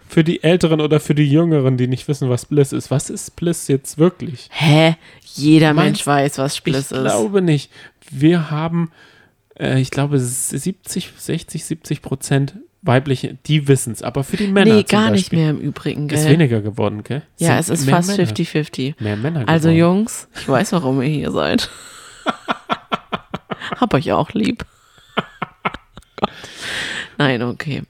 Speaker 2: Für die Älteren oder für die Jüngeren, die nicht wissen, was Bliss ist. Was ist Bliss jetzt wirklich?
Speaker 1: Hä? Jeder
Speaker 2: Meinst-
Speaker 1: Mensch weiß, was
Speaker 2: Ich
Speaker 1: Spliss ist.
Speaker 2: glaube nicht. Wir haben, äh, ich glaube, 70, 60, 70 Prozent weibliche, die wissen es. Aber für die Männer
Speaker 1: nee,
Speaker 2: zum
Speaker 1: gar nicht
Speaker 2: Beispiel
Speaker 1: mehr im Übrigen,
Speaker 2: Ist
Speaker 1: gell?
Speaker 2: weniger geworden, gell?
Speaker 1: Ja, es
Speaker 2: Sind
Speaker 1: ist
Speaker 2: mehr
Speaker 1: fast
Speaker 2: Männer.
Speaker 1: 50-50.
Speaker 2: Mehr Männer
Speaker 1: Also
Speaker 2: geworden.
Speaker 1: Jungs, ich weiß, warum ihr hier seid. Hab euch auch lieb. Gott. Nein, okay.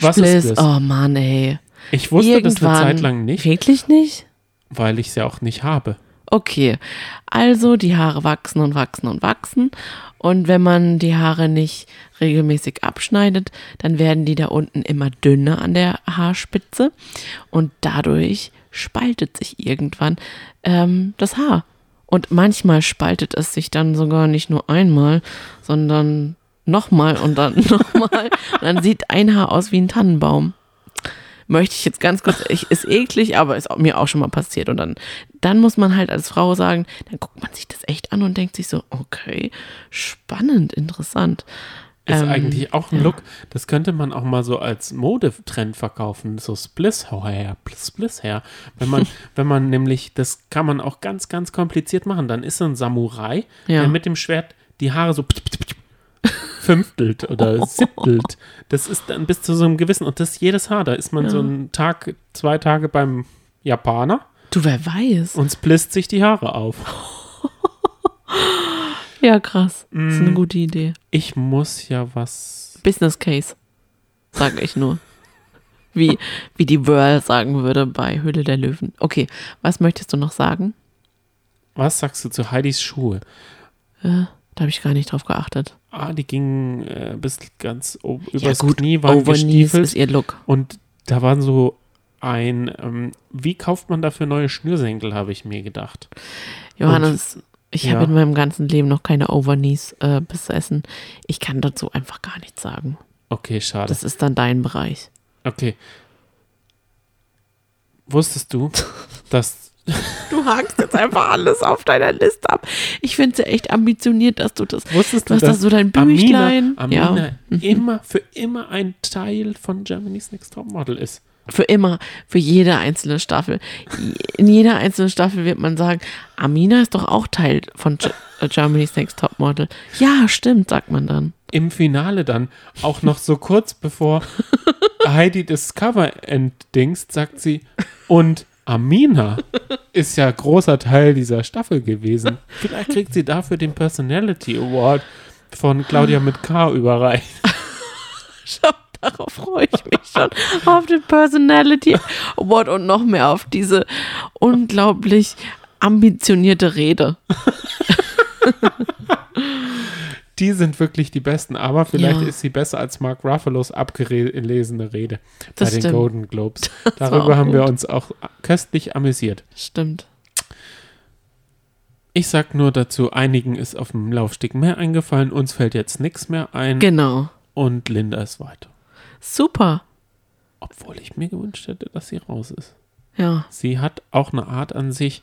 Speaker 2: Was ist Bliss?
Speaker 1: Oh Mann, ey.
Speaker 2: Ich wusste das
Speaker 1: Irgendwann.
Speaker 2: eine Zeit lang nicht,
Speaker 1: Wirklich nicht?
Speaker 2: weil ich es ja auch nicht habe.
Speaker 1: Okay. Also die Haare wachsen und wachsen und wachsen. Und wenn man die Haare nicht regelmäßig abschneidet, dann werden die da unten immer dünner an der Haarspitze. Und dadurch spaltet sich irgendwann ähm, das Haar. Und manchmal spaltet es sich dann sogar nicht nur einmal, sondern nochmal und dann nochmal. und dann sieht ein Haar aus wie ein Tannenbaum möchte ich jetzt ganz kurz, ich, ist eklig, aber ist auch- mir auch schon mal passiert. Und dann, dann muss man halt als Frau sagen, dann guckt man sich das echt an und denkt sich so, okay, spannend, interessant.
Speaker 2: Ist
Speaker 1: Ähm,
Speaker 2: eigentlich auch ein Look, das könnte man auch mal so als Modetrend verkaufen, so Spliss-Hair, Spliss-Hair. Wenn man, wenn man nämlich, das kann man auch ganz, ganz kompliziert machen, dann ist so ein Samurai,
Speaker 1: Ja.
Speaker 2: der mit dem Schwert die Haare so fünftelt
Speaker 1: Oh.
Speaker 2: oder siebtelt. Das ist dann bis zu so einem gewissen, und das ist jedes Haar, da ist man so einen Tag, zwei Tage beim Japaner
Speaker 1: Du, wer weiß.
Speaker 2: und splisst sich die Haare auf.
Speaker 1: Ja, krass. Das
Speaker 2: Mm.
Speaker 1: ist eine gute Idee.
Speaker 2: Ich muss ja was.
Speaker 1: Business Case, sage ich nur. Wie, wie die Whirl sagen würde bei Höhle der Löwen. Okay, was möchtest du noch sagen?
Speaker 2: Was sagst du zu Heidis Schuhe?
Speaker 1: Da habe ich gar nicht drauf geachtet.
Speaker 2: Ah, die gingen äh, bis ganz oben
Speaker 1: Ja,
Speaker 2: übers
Speaker 1: gut,
Speaker 2: Knie, waren
Speaker 1: Overknees
Speaker 2: gestiefelt.
Speaker 1: ist ihr Look.
Speaker 2: Und da waren so ein. Ähm, wie kauft man dafür neue Schnürsenkel, habe ich mir gedacht.
Speaker 1: Johannes, ich
Speaker 2: ja.
Speaker 1: habe in meinem ganzen Leben noch keine Overknees äh, besessen. Ich kann dazu einfach gar nichts sagen.
Speaker 2: Okay, schade.
Speaker 1: Das ist dann dein Bereich.
Speaker 2: Okay. Wusstest du, dass.
Speaker 1: Du hakst jetzt einfach alles auf deiner Liste ab. Ich finde es ja echt ambitioniert, dass du das.
Speaker 2: Wusstest
Speaker 1: Du hast da so dein Büchlein.
Speaker 2: Amina, Amina immer für immer ein Teil von Germany's Next Topmodel ist?
Speaker 1: Für immer, für jede einzelne Staffel. Je- In jeder einzelnen Staffel wird man sagen, Amina ist doch auch Teil von Ge- äh, Germany's Next Topmodel. Ja, stimmt, sagt man dann.
Speaker 2: im Finale dann, auch noch so kurz bevor Heidi das Cover entdingst, sagt sie, und Amina ist ja großer Teil dieser Staffel gewesen. Vielleicht kriegt sie dafür den Personality Award von Claudia mit K überreicht.
Speaker 1: Schon, darauf freue ich mich schon. auf den Personality Award und noch mehr auf diese unglaublich ambitionierte Rede.
Speaker 2: Die sind wirklich die Besten, aber vielleicht
Speaker 1: Ja.
Speaker 2: ist sie besser als Mark Ruffalos abgelesene Rede bei
Speaker 1: Das
Speaker 2: den
Speaker 1: stimmt.
Speaker 2: Golden Globes.
Speaker 1: war
Speaker 2: Darüber
Speaker 1: auch
Speaker 2: haben wir
Speaker 1: gut.
Speaker 2: uns auch köstlich amüsiert.
Speaker 1: Stimmt.
Speaker 2: Ich sag nur dazu, einigen ist auf dem Laufsteg mehr eingefallen, uns fällt jetzt nichts mehr ein.
Speaker 1: Genau.
Speaker 2: Und Linda ist weiter.
Speaker 1: Super.
Speaker 2: Obwohl ich mir gewünscht hätte, dass sie raus ist.
Speaker 1: Ja.
Speaker 2: Sie hat auch eine Art an sich,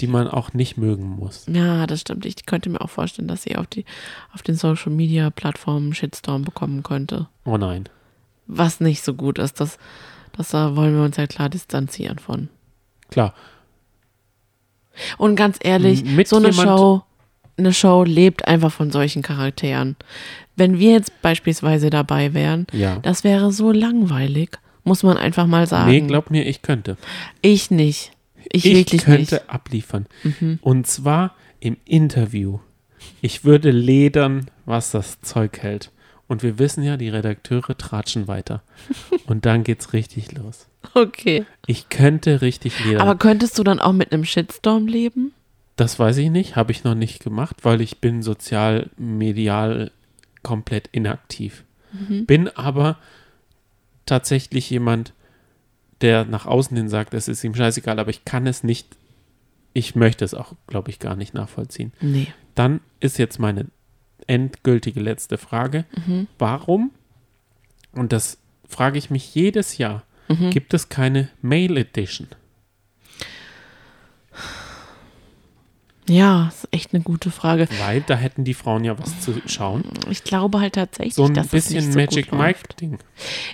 Speaker 2: die man auch nicht mögen muss.
Speaker 1: Ja, das stimmt. Ich könnte mir auch vorstellen, dass sie auf, die, auf den Social Media Plattformen Shitstorm bekommen könnte.
Speaker 2: Oh nein.
Speaker 1: Was nicht so gut ist. Das, das da wollen wir uns ja klar distanzieren von.
Speaker 2: Klar.
Speaker 1: Und ganz ehrlich,
Speaker 2: M- mit
Speaker 1: so eine
Speaker 2: jemand-
Speaker 1: Show, eine Show lebt einfach von solchen Charakteren. Wenn wir jetzt beispielsweise dabei wären,
Speaker 2: Ja.
Speaker 1: das wäre so langweilig, muss man einfach mal sagen.
Speaker 2: Hm? Nee, glaub mir, ich könnte.
Speaker 1: ich nicht. Ich,
Speaker 2: ich
Speaker 1: wirklich
Speaker 2: könnte
Speaker 1: nicht. Mhm.
Speaker 2: abliefern. Und zwar im Interview. Ich würde ledern, was das Zeug hält. Und wir wissen ja, die Redakteure tratschen weiter. Und dann geht's richtig los.
Speaker 1: Okay.
Speaker 2: Ich könnte richtig ledern.
Speaker 1: Aber könntest du dann auch mit einem Shitstorm leben?
Speaker 2: Das weiß ich nicht, habe ich noch nicht gemacht, weil ich bin sozial, medial komplett inaktiv. Bin aber tatsächlich jemand, der nach außen hin sagt, es ist ihm scheißegal, aber ich kann es nicht, ich möchte es auch, glaube ich, gar nicht nachvollziehen.
Speaker 1: Nee.
Speaker 2: Dann ist jetzt meine endgültige letzte Frage. Warum, und das frage ich mich jedes Jahr, gibt es keine Mail Edition?
Speaker 1: Ja, ist echt eine gute Frage.
Speaker 2: Weil da hätten die Frauen ja was zu schauen.
Speaker 1: Ich glaube halt tatsächlich,
Speaker 2: So ein
Speaker 1: dass es
Speaker 2: bisschen
Speaker 1: nicht so
Speaker 2: Magic
Speaker 1: gut läuft.
Speaker 2: Mike Ding.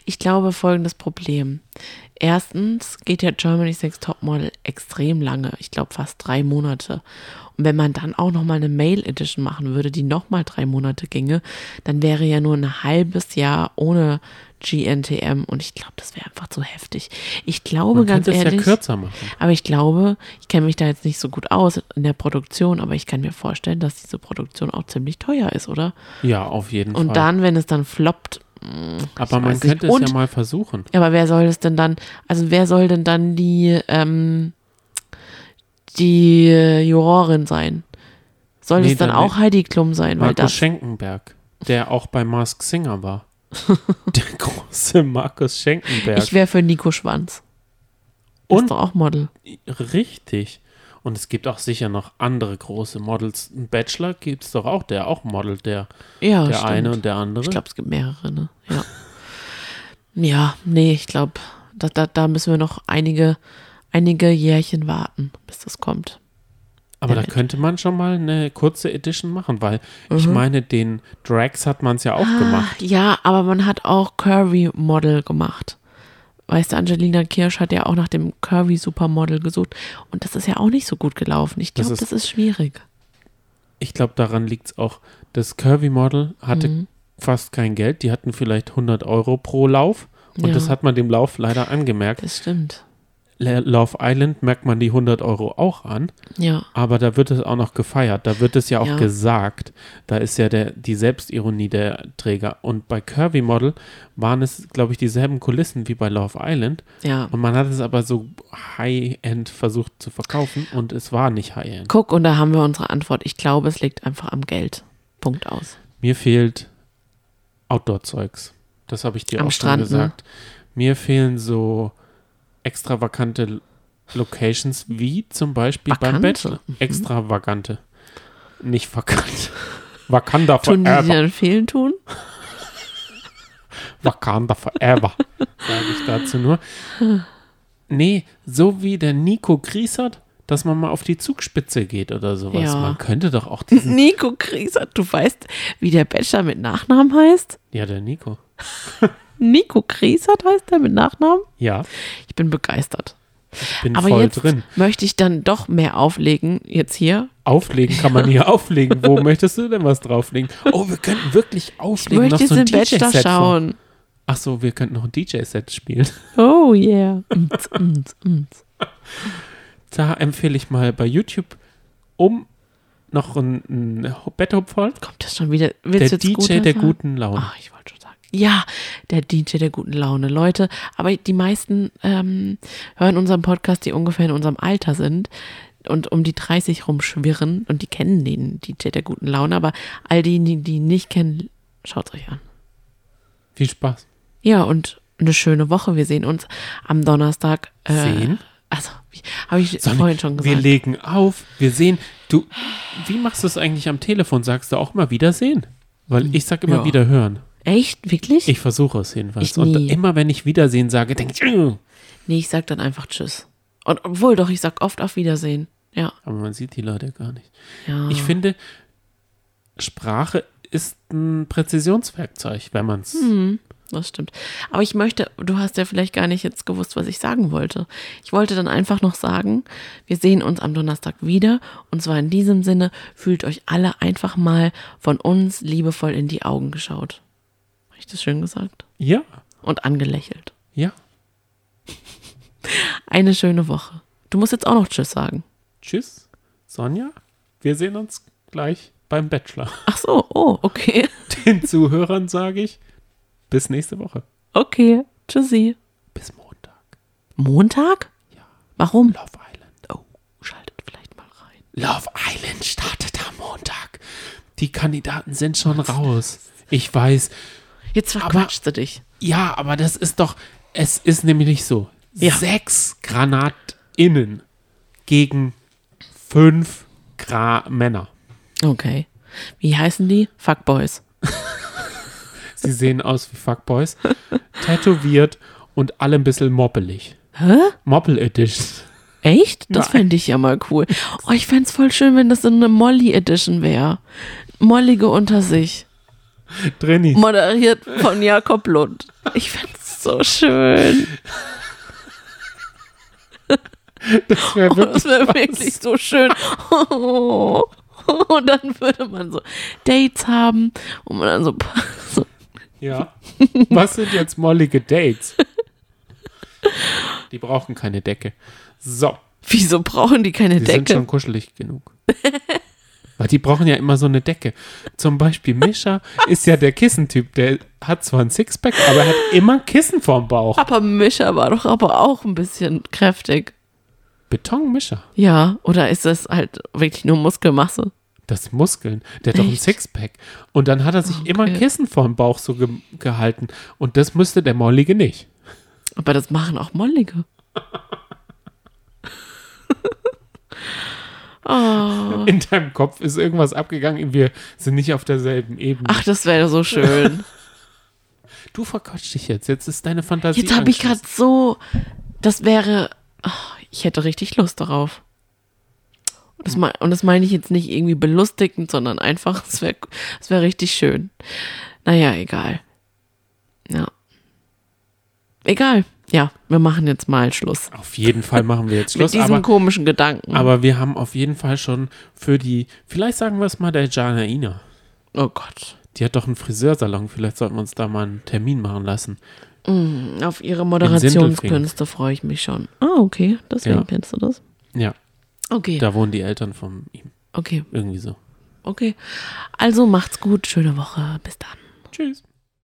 Speaker 1: Ich glaube, folgendes Problem. Erstens geht ja Germany's Next Topmodel extrem lange. Ich glaube, fast drei Monate. Und wenn man dann auch nochmal eine Mail Edition machen würde, die nochmal drei Monate ginge, dann wäre ja nur ein halbes Jahr ohne GNTM. Und ich glaube, das wäre einfach zu heftig. Ich glaube
Speaker 2: Man
Speaker 1: ganz
Speaker 2: könnte es ja
Speaker 1: ehrlich.
Speaker 2: kürzer machen.
Speaker 1: Aber ich glaube, ich kenne mich da jetzt nicht so gut aus in der Produktion, aber ich kann mir vorstellen, dass diese Produktion auch ziemlich teuer ist, oder?
Speaker 2: Ja, auf jeden
Speaker 1: Und
Speaker 2: Fall.
Speaker 1: dann, wenn es dann floppt, mh,
Speaker 2: Aber
Speaker 1: ich
Speaker 2: man
Speaker 1: weiß nicht.
Speaker 2: könnte es
Speaker 1: Und-
Speaker 2: ja mal versuchen.
Speaker 1: ja, aber wer soll das denn dann, also wer soll denn dann die, ähm, die äh, Jurorin sein? Soll
Speaker 2: Nee,
Speaker 1: es dann
Speaker 2: dann
Speaker 1: auch Heidi Klum sein? Weil
Speaker 2: Markus
Speaker 1: das,
Speaker 2: Schenkenberg, der auch bei Mask Singer war. der große Markus Schenkenberg.
Speaker 1: ich wäre für Nico Schwanz. Der
Speaker 2: Und
Speaker 1: Ist doch auch Model.
Speaker 2: richtig. Und es gibt auch sicher noch andere große Models. Ein Bachelor gibt es doch auch, der auch Model, der,
Speaker 1: Ja,
Speaker 2: der
Speaker 1: Oh, stimmt.
Speaker 2: eine und der andere.
Speaker 1: Ich glaube, es gibt mehrere, ne? Ja. ja, nee, ich glaube, da, da, da müssen wir noch einige, einige Jährchen warten, bis das kommt.
Speaker 2: Aber da
Speaker 1: Damit.
Speaker 2: könnte man schon mal eine kurze Edition machen, weil
Speaker 1: Mhm.
Speaker 2: ich meine, den Drags hat man es ja auch
Speaker 1: Ah.
Speaker 2: gemacht.
Speaker 1: Ja, aber man hat auch Curvy Model gemacht. Weißt du, Angelina Kirsch hat ja auch nach dem Curvy Supermodel gesucht und das ist ja auch nicht so gut gelaufen. Ich
Speaker 2: Das
Speaker 1: glaube,
Speaker 2: ist-
Speaker 1: das, ist schwierig.
Speaker 2: Ich glaube, daran liegt es auch. Das Curvy Model
Speaker 1: Mhm.
Speaker 2: hatte
Speaker 1: Hm.
Speaker 2: fast kein Geld. Die hatten vielleicht 100 Euro pro Lauf. Und
Speaker 1: Ja.
Speaker 2: das hat man dem Lauf leider angemerkt.
Speaker 1: Das stimmt.
Speaker 2: Le- Love Island merkt man die 100 Euro auch an,
Speaker 1: Ja,
Speaker 2: aber da wird es auch noch gefeiert, da wird es ja auch
Speaker 1: Ja.
Speaker 2: gesagt, da ist ja der, die Selbstironie der Träger. Und bei Curvy Model waren es, glaube ich, dieselben Kulissen wie bei Love Island
Speaker 1: ja.
Speaker 2: und man hat es aber so High-End versucht zu verkaufen und es war nicht High-End.
Speaker 1: Guck, und da haben wir unsere Antwort. Ich glaube, es liegt einfach am Geld. Punkt aus.
Speaker 2: Mir fehlt Outdoor-Zeugs, das habe ich dir
Speaker 1: Am
Speaker 2: auch
Speaker 1: Strand,
Speaker 2: schon
Speaker 1: ne?
Speaker 2: gesagt. Mir fehlen so extravagante Locations wie zum Beispiel beim Bachelor.
Speaker 1: Vakante. Mhm.
Speaker 2: Extravagante. Nicht vakant. Wakanda
Speaker 1: Tun die dir
Speaker 2: forever.
Speaker 1: dann fehlen tun?
Speaker 2: Wakanda forever. Sage ich dazu nur. Nee, so wie der Nico Griesert, dass man mal auf die Zugspitze geht oder sowas.
Speaker 1: Ja.
Speaker 2: Man könnte doch auch diesen.
Speaker 1: Nico Grieser, du weißt, wie der Bachelor mit Nachnamen heißt?
Speaker 2: ja, der Nico.
Speaker 1: Nico Grieser heißt der mit Nachnamen?
Speaker 2: Ja,
Speaker 1: Ich bin begeistert.
Speaker 2: ich bin
Speaker 1: Aber
Speaker 2: voll
Speaker 1: jetzt
Speaker 2: drin.
Speaker 1: möchte ich dann doch mehr auflegen, jetzt hier.
Speaker 2: Auflegen kann man hier auflegen. Wo möchtest du denn was drauflegen? Oh, wir könnten wirklich
Speaker 1: Ich
Speaker 2: auflegen.
Speaker 1: möchte
Speaker 2: noch so ein
Speaker 1: diesen
Speaker 2: DJ
Speaker 1: Bachelor
Speaker 2: -Set vor-
Speaker 1: schauen.
Speaker 2: Ach so, wir könnten noch ein DJ-Set spielen.
Speaker 1: Oh yeah. Mts, mts, mts.
Speaker 2: Da empfehle ich mal bei YouTube um noch ein, ein Betthupferl.
Speaker 1: Kommt das schon wieder?
Speaker 2: Der
Speaker 1: Willst du jetzt
Speaker 2: DJ
Speaker 1: Guter
Speaker 2: der
Speaker 1: sagen?
Speaker 2: guten Laune.
Speaker 1: Ach, ich wollte schon sagen. Ja, der DJ der guten Laune, Leute. Aber die meisten ähm, hören unseren Podcast, die ungefähr in unserem Alter sind und um die 30 rumschwirren und die kennen den DJ der guten Laune. Aber all diejenigen, die ihn nicht kennen, schaut euch an.
Speaker 2: Viel Spaß.
Speaker 1: Ja, und eine schöne Woche. Wir sehen uns am Donnerstag. Äh,
Speaker 2: Sehen?
Speaker 1: Also, habe ich
Speaker 2: Sonny,
Speaker 1: vorhin schon
Speaker 2: Wir
Speaker 1: gesagt.
Speaker 2: legen auf, wir sehen. Du, wie machst du es eigentlich am Telefon? Sagst du auch mal wieder sehen? Weil ich sag immer
Speaker 1: Ja.
Speaker 2: wieder hören.
Speaker 1: Echt? Wirklich?
Speaker 2: Ich versuche es jedenfalls.
Speaker 1: Ich
Speaker 2: Und
Speaker 1: nie.
Speaker 2: immer wenn ich Wiedersehen sage, denke ich, "Äh."
Speaker 1: nee, ich sag dann einfach Tschüss. Und obwohl doch, ich sag oft auf Wiedersehen. Ja.
Speaker 2: aber man sieht die Leute gar nicht.
Speaker 1: ja.
Speaker 2: Ich finde, Sprache ist ein Präzisionswerkzeug, wenn man es.
Speaker 1: Das stimmt. Aber ich möchte, du hast ja vielleicht gar nicht jetzt gewusst, was ich sagen wollte. Ich wollte dann einfach noch sagen, wir sehen uns am Donnerstag wieder. Und zwar in diesem Sinne, fühlt euch alle einfach mal von uns liebevoll in die Augen geschaut. Habe ich das schön gesagt?
Speaker 2: Ja,
Speaker 1: Und angelächelt.
Speaker 2: ja.
Speaker 1: Eine schöne Woche. Du musst jetzt auch noch Tschüss sagen.
Speaker 2: Tschüss, Sonja. Wir sehen uns gleich beim Bachelor.
Speaker 1: Ach so, oh, okay.
Speaker 2: Den Zuhörern sage ich, bis nächste Woche.
Speaker 1: Okay, tschüssi.
Speaker 2: Bis Montag.
Speaker 1: Montag? Warum?
Speaker 2: Love Island.
Speaker 1: Oh, schaltet vielleicht mal rein.
Speaker 2: Love Island startet am Montag. Die Kandidaten sind schon raus. Ich weiß.
Speaker 1: Jetzt verquatschst du dich.
Speaker 2: Ja, aber das ist doch. Es ist nämlich so.
Speaker 1: Ja.
Speaker 2: Sechs GranatInnen gegen fünf Gra Männer.
Speaker 1: Okay. Wie heißen die? Fuckboys.
Speaker 2: Sie sehen aus wie Fuckboys. Tätowiert und alle ein bisschen moppelig.
Speaker 1: Hä?
Speaker 2: Moppel Edition.
Speaker 1: Echt? Das fände ich ja mal cool. Oh, ich fände es voll schön, wenn das so eine Molly Edition wäre. Mollige unter sich.
Speaker 2: Drinni.
Speaker 1: Moderiert von Jakob Lund. Ich fände es so schön.
Speaker 2: Das wäre
Speaker 1: Oh, das
Speaker 2: wirklich,
Speaker 1: wäre wirklich so schön. Oh. Und dann würde man so Dates haben und man dann so, so
Speaker 2: ja. Was sind jetzt mollige Dates? Die brauchen keine Decke. So,
Speaker 1: wieso brauchen die keine
Speaker 2: die sind
Speaker 1: Decke?
Speaker 2: schon kuschelig genug. Weil die brauchen ja immer so eine Decke. Zum Beispiel Mischa ist ja der Kissentyp. Der hat zwar ein Sixpack, aber er hat immer ein Kissen vorm Bauch.
Speaker 1: Aber Mischa war doch aber auch ein bisschen kräftig.
Speaker 2: Betonmischer.
Speaker 1: Ja, oder ist das halt wirklich nur Muskelmasse?
Speaker 2: Das Muskeln. Der hat doch ein
Speaker 1: Echt?
Speaker 2: Sixpack. Und dann hat er sich immer ein
Speaker 1: Okay.
Speaker 2: Kissen vorm Bauch so ge gehalten. Und das müsste der Mollige nicht.
Speaker 1: Aber das machen auch Mollige. oh.
Speaker 2: In deinem Kopf ist irgendwas abgegangen. Wir sind nicht auf derselben Ebene.
Speaker 1: Ach, das wäre so schön.
Speaker 2: Du verquatsch dich jetzt. Jetzt ist deine Fantasie.
Speaker 1: Jetzt habe ich gerade
Speaker 2: angeschossen.
Speaker 1: so, das wäre, ah, ich hätte richtig Lust darauf. Und das, mei- und das meine ich jetzt nicht irgendwie belustigend, sondern einfach, es wäre es wär richtig schön. Naja, egal. Ja. Egal. Ja, wir machen jetzt mal Schluss.
Speaker 2: Auf jeden Fall machen wir jetzt
Speaker 1: Mit
Speaker 2: Schluss.
Speaker 1: diesem
Speaker 2: Aber,
Speaker 1: komischen Gedanken.
Speaker 2: aber wir haben auf jeden Fall schon für die, vielleicht sagen wir es mal der Janaina.
Speaker 1: oh Gott.
Speaker 2: Die hat doch einen Friseursalon. Vielleicht sollten wir uns da mal einen Termin machen lassen.
Speaker 1: Auf ihre
Speaker 2: In
Speaker 1: Moderationskünste freue ich mich schon. Ah, okay. Deswegen
Speaker 2: Ja.
Speaker 1: kennst du das.
Speaker 2: Ja,
Speaker 1: Okay.
Speaker 2: da wohnen die Eltern von ihm.
Speaker 1: Okay.
Speaker 2: Irgendwie so.
Speaker 1: Okay. Also macht's gut. Schöne Woche. Bis dann.
Speaker 2: Tschüss.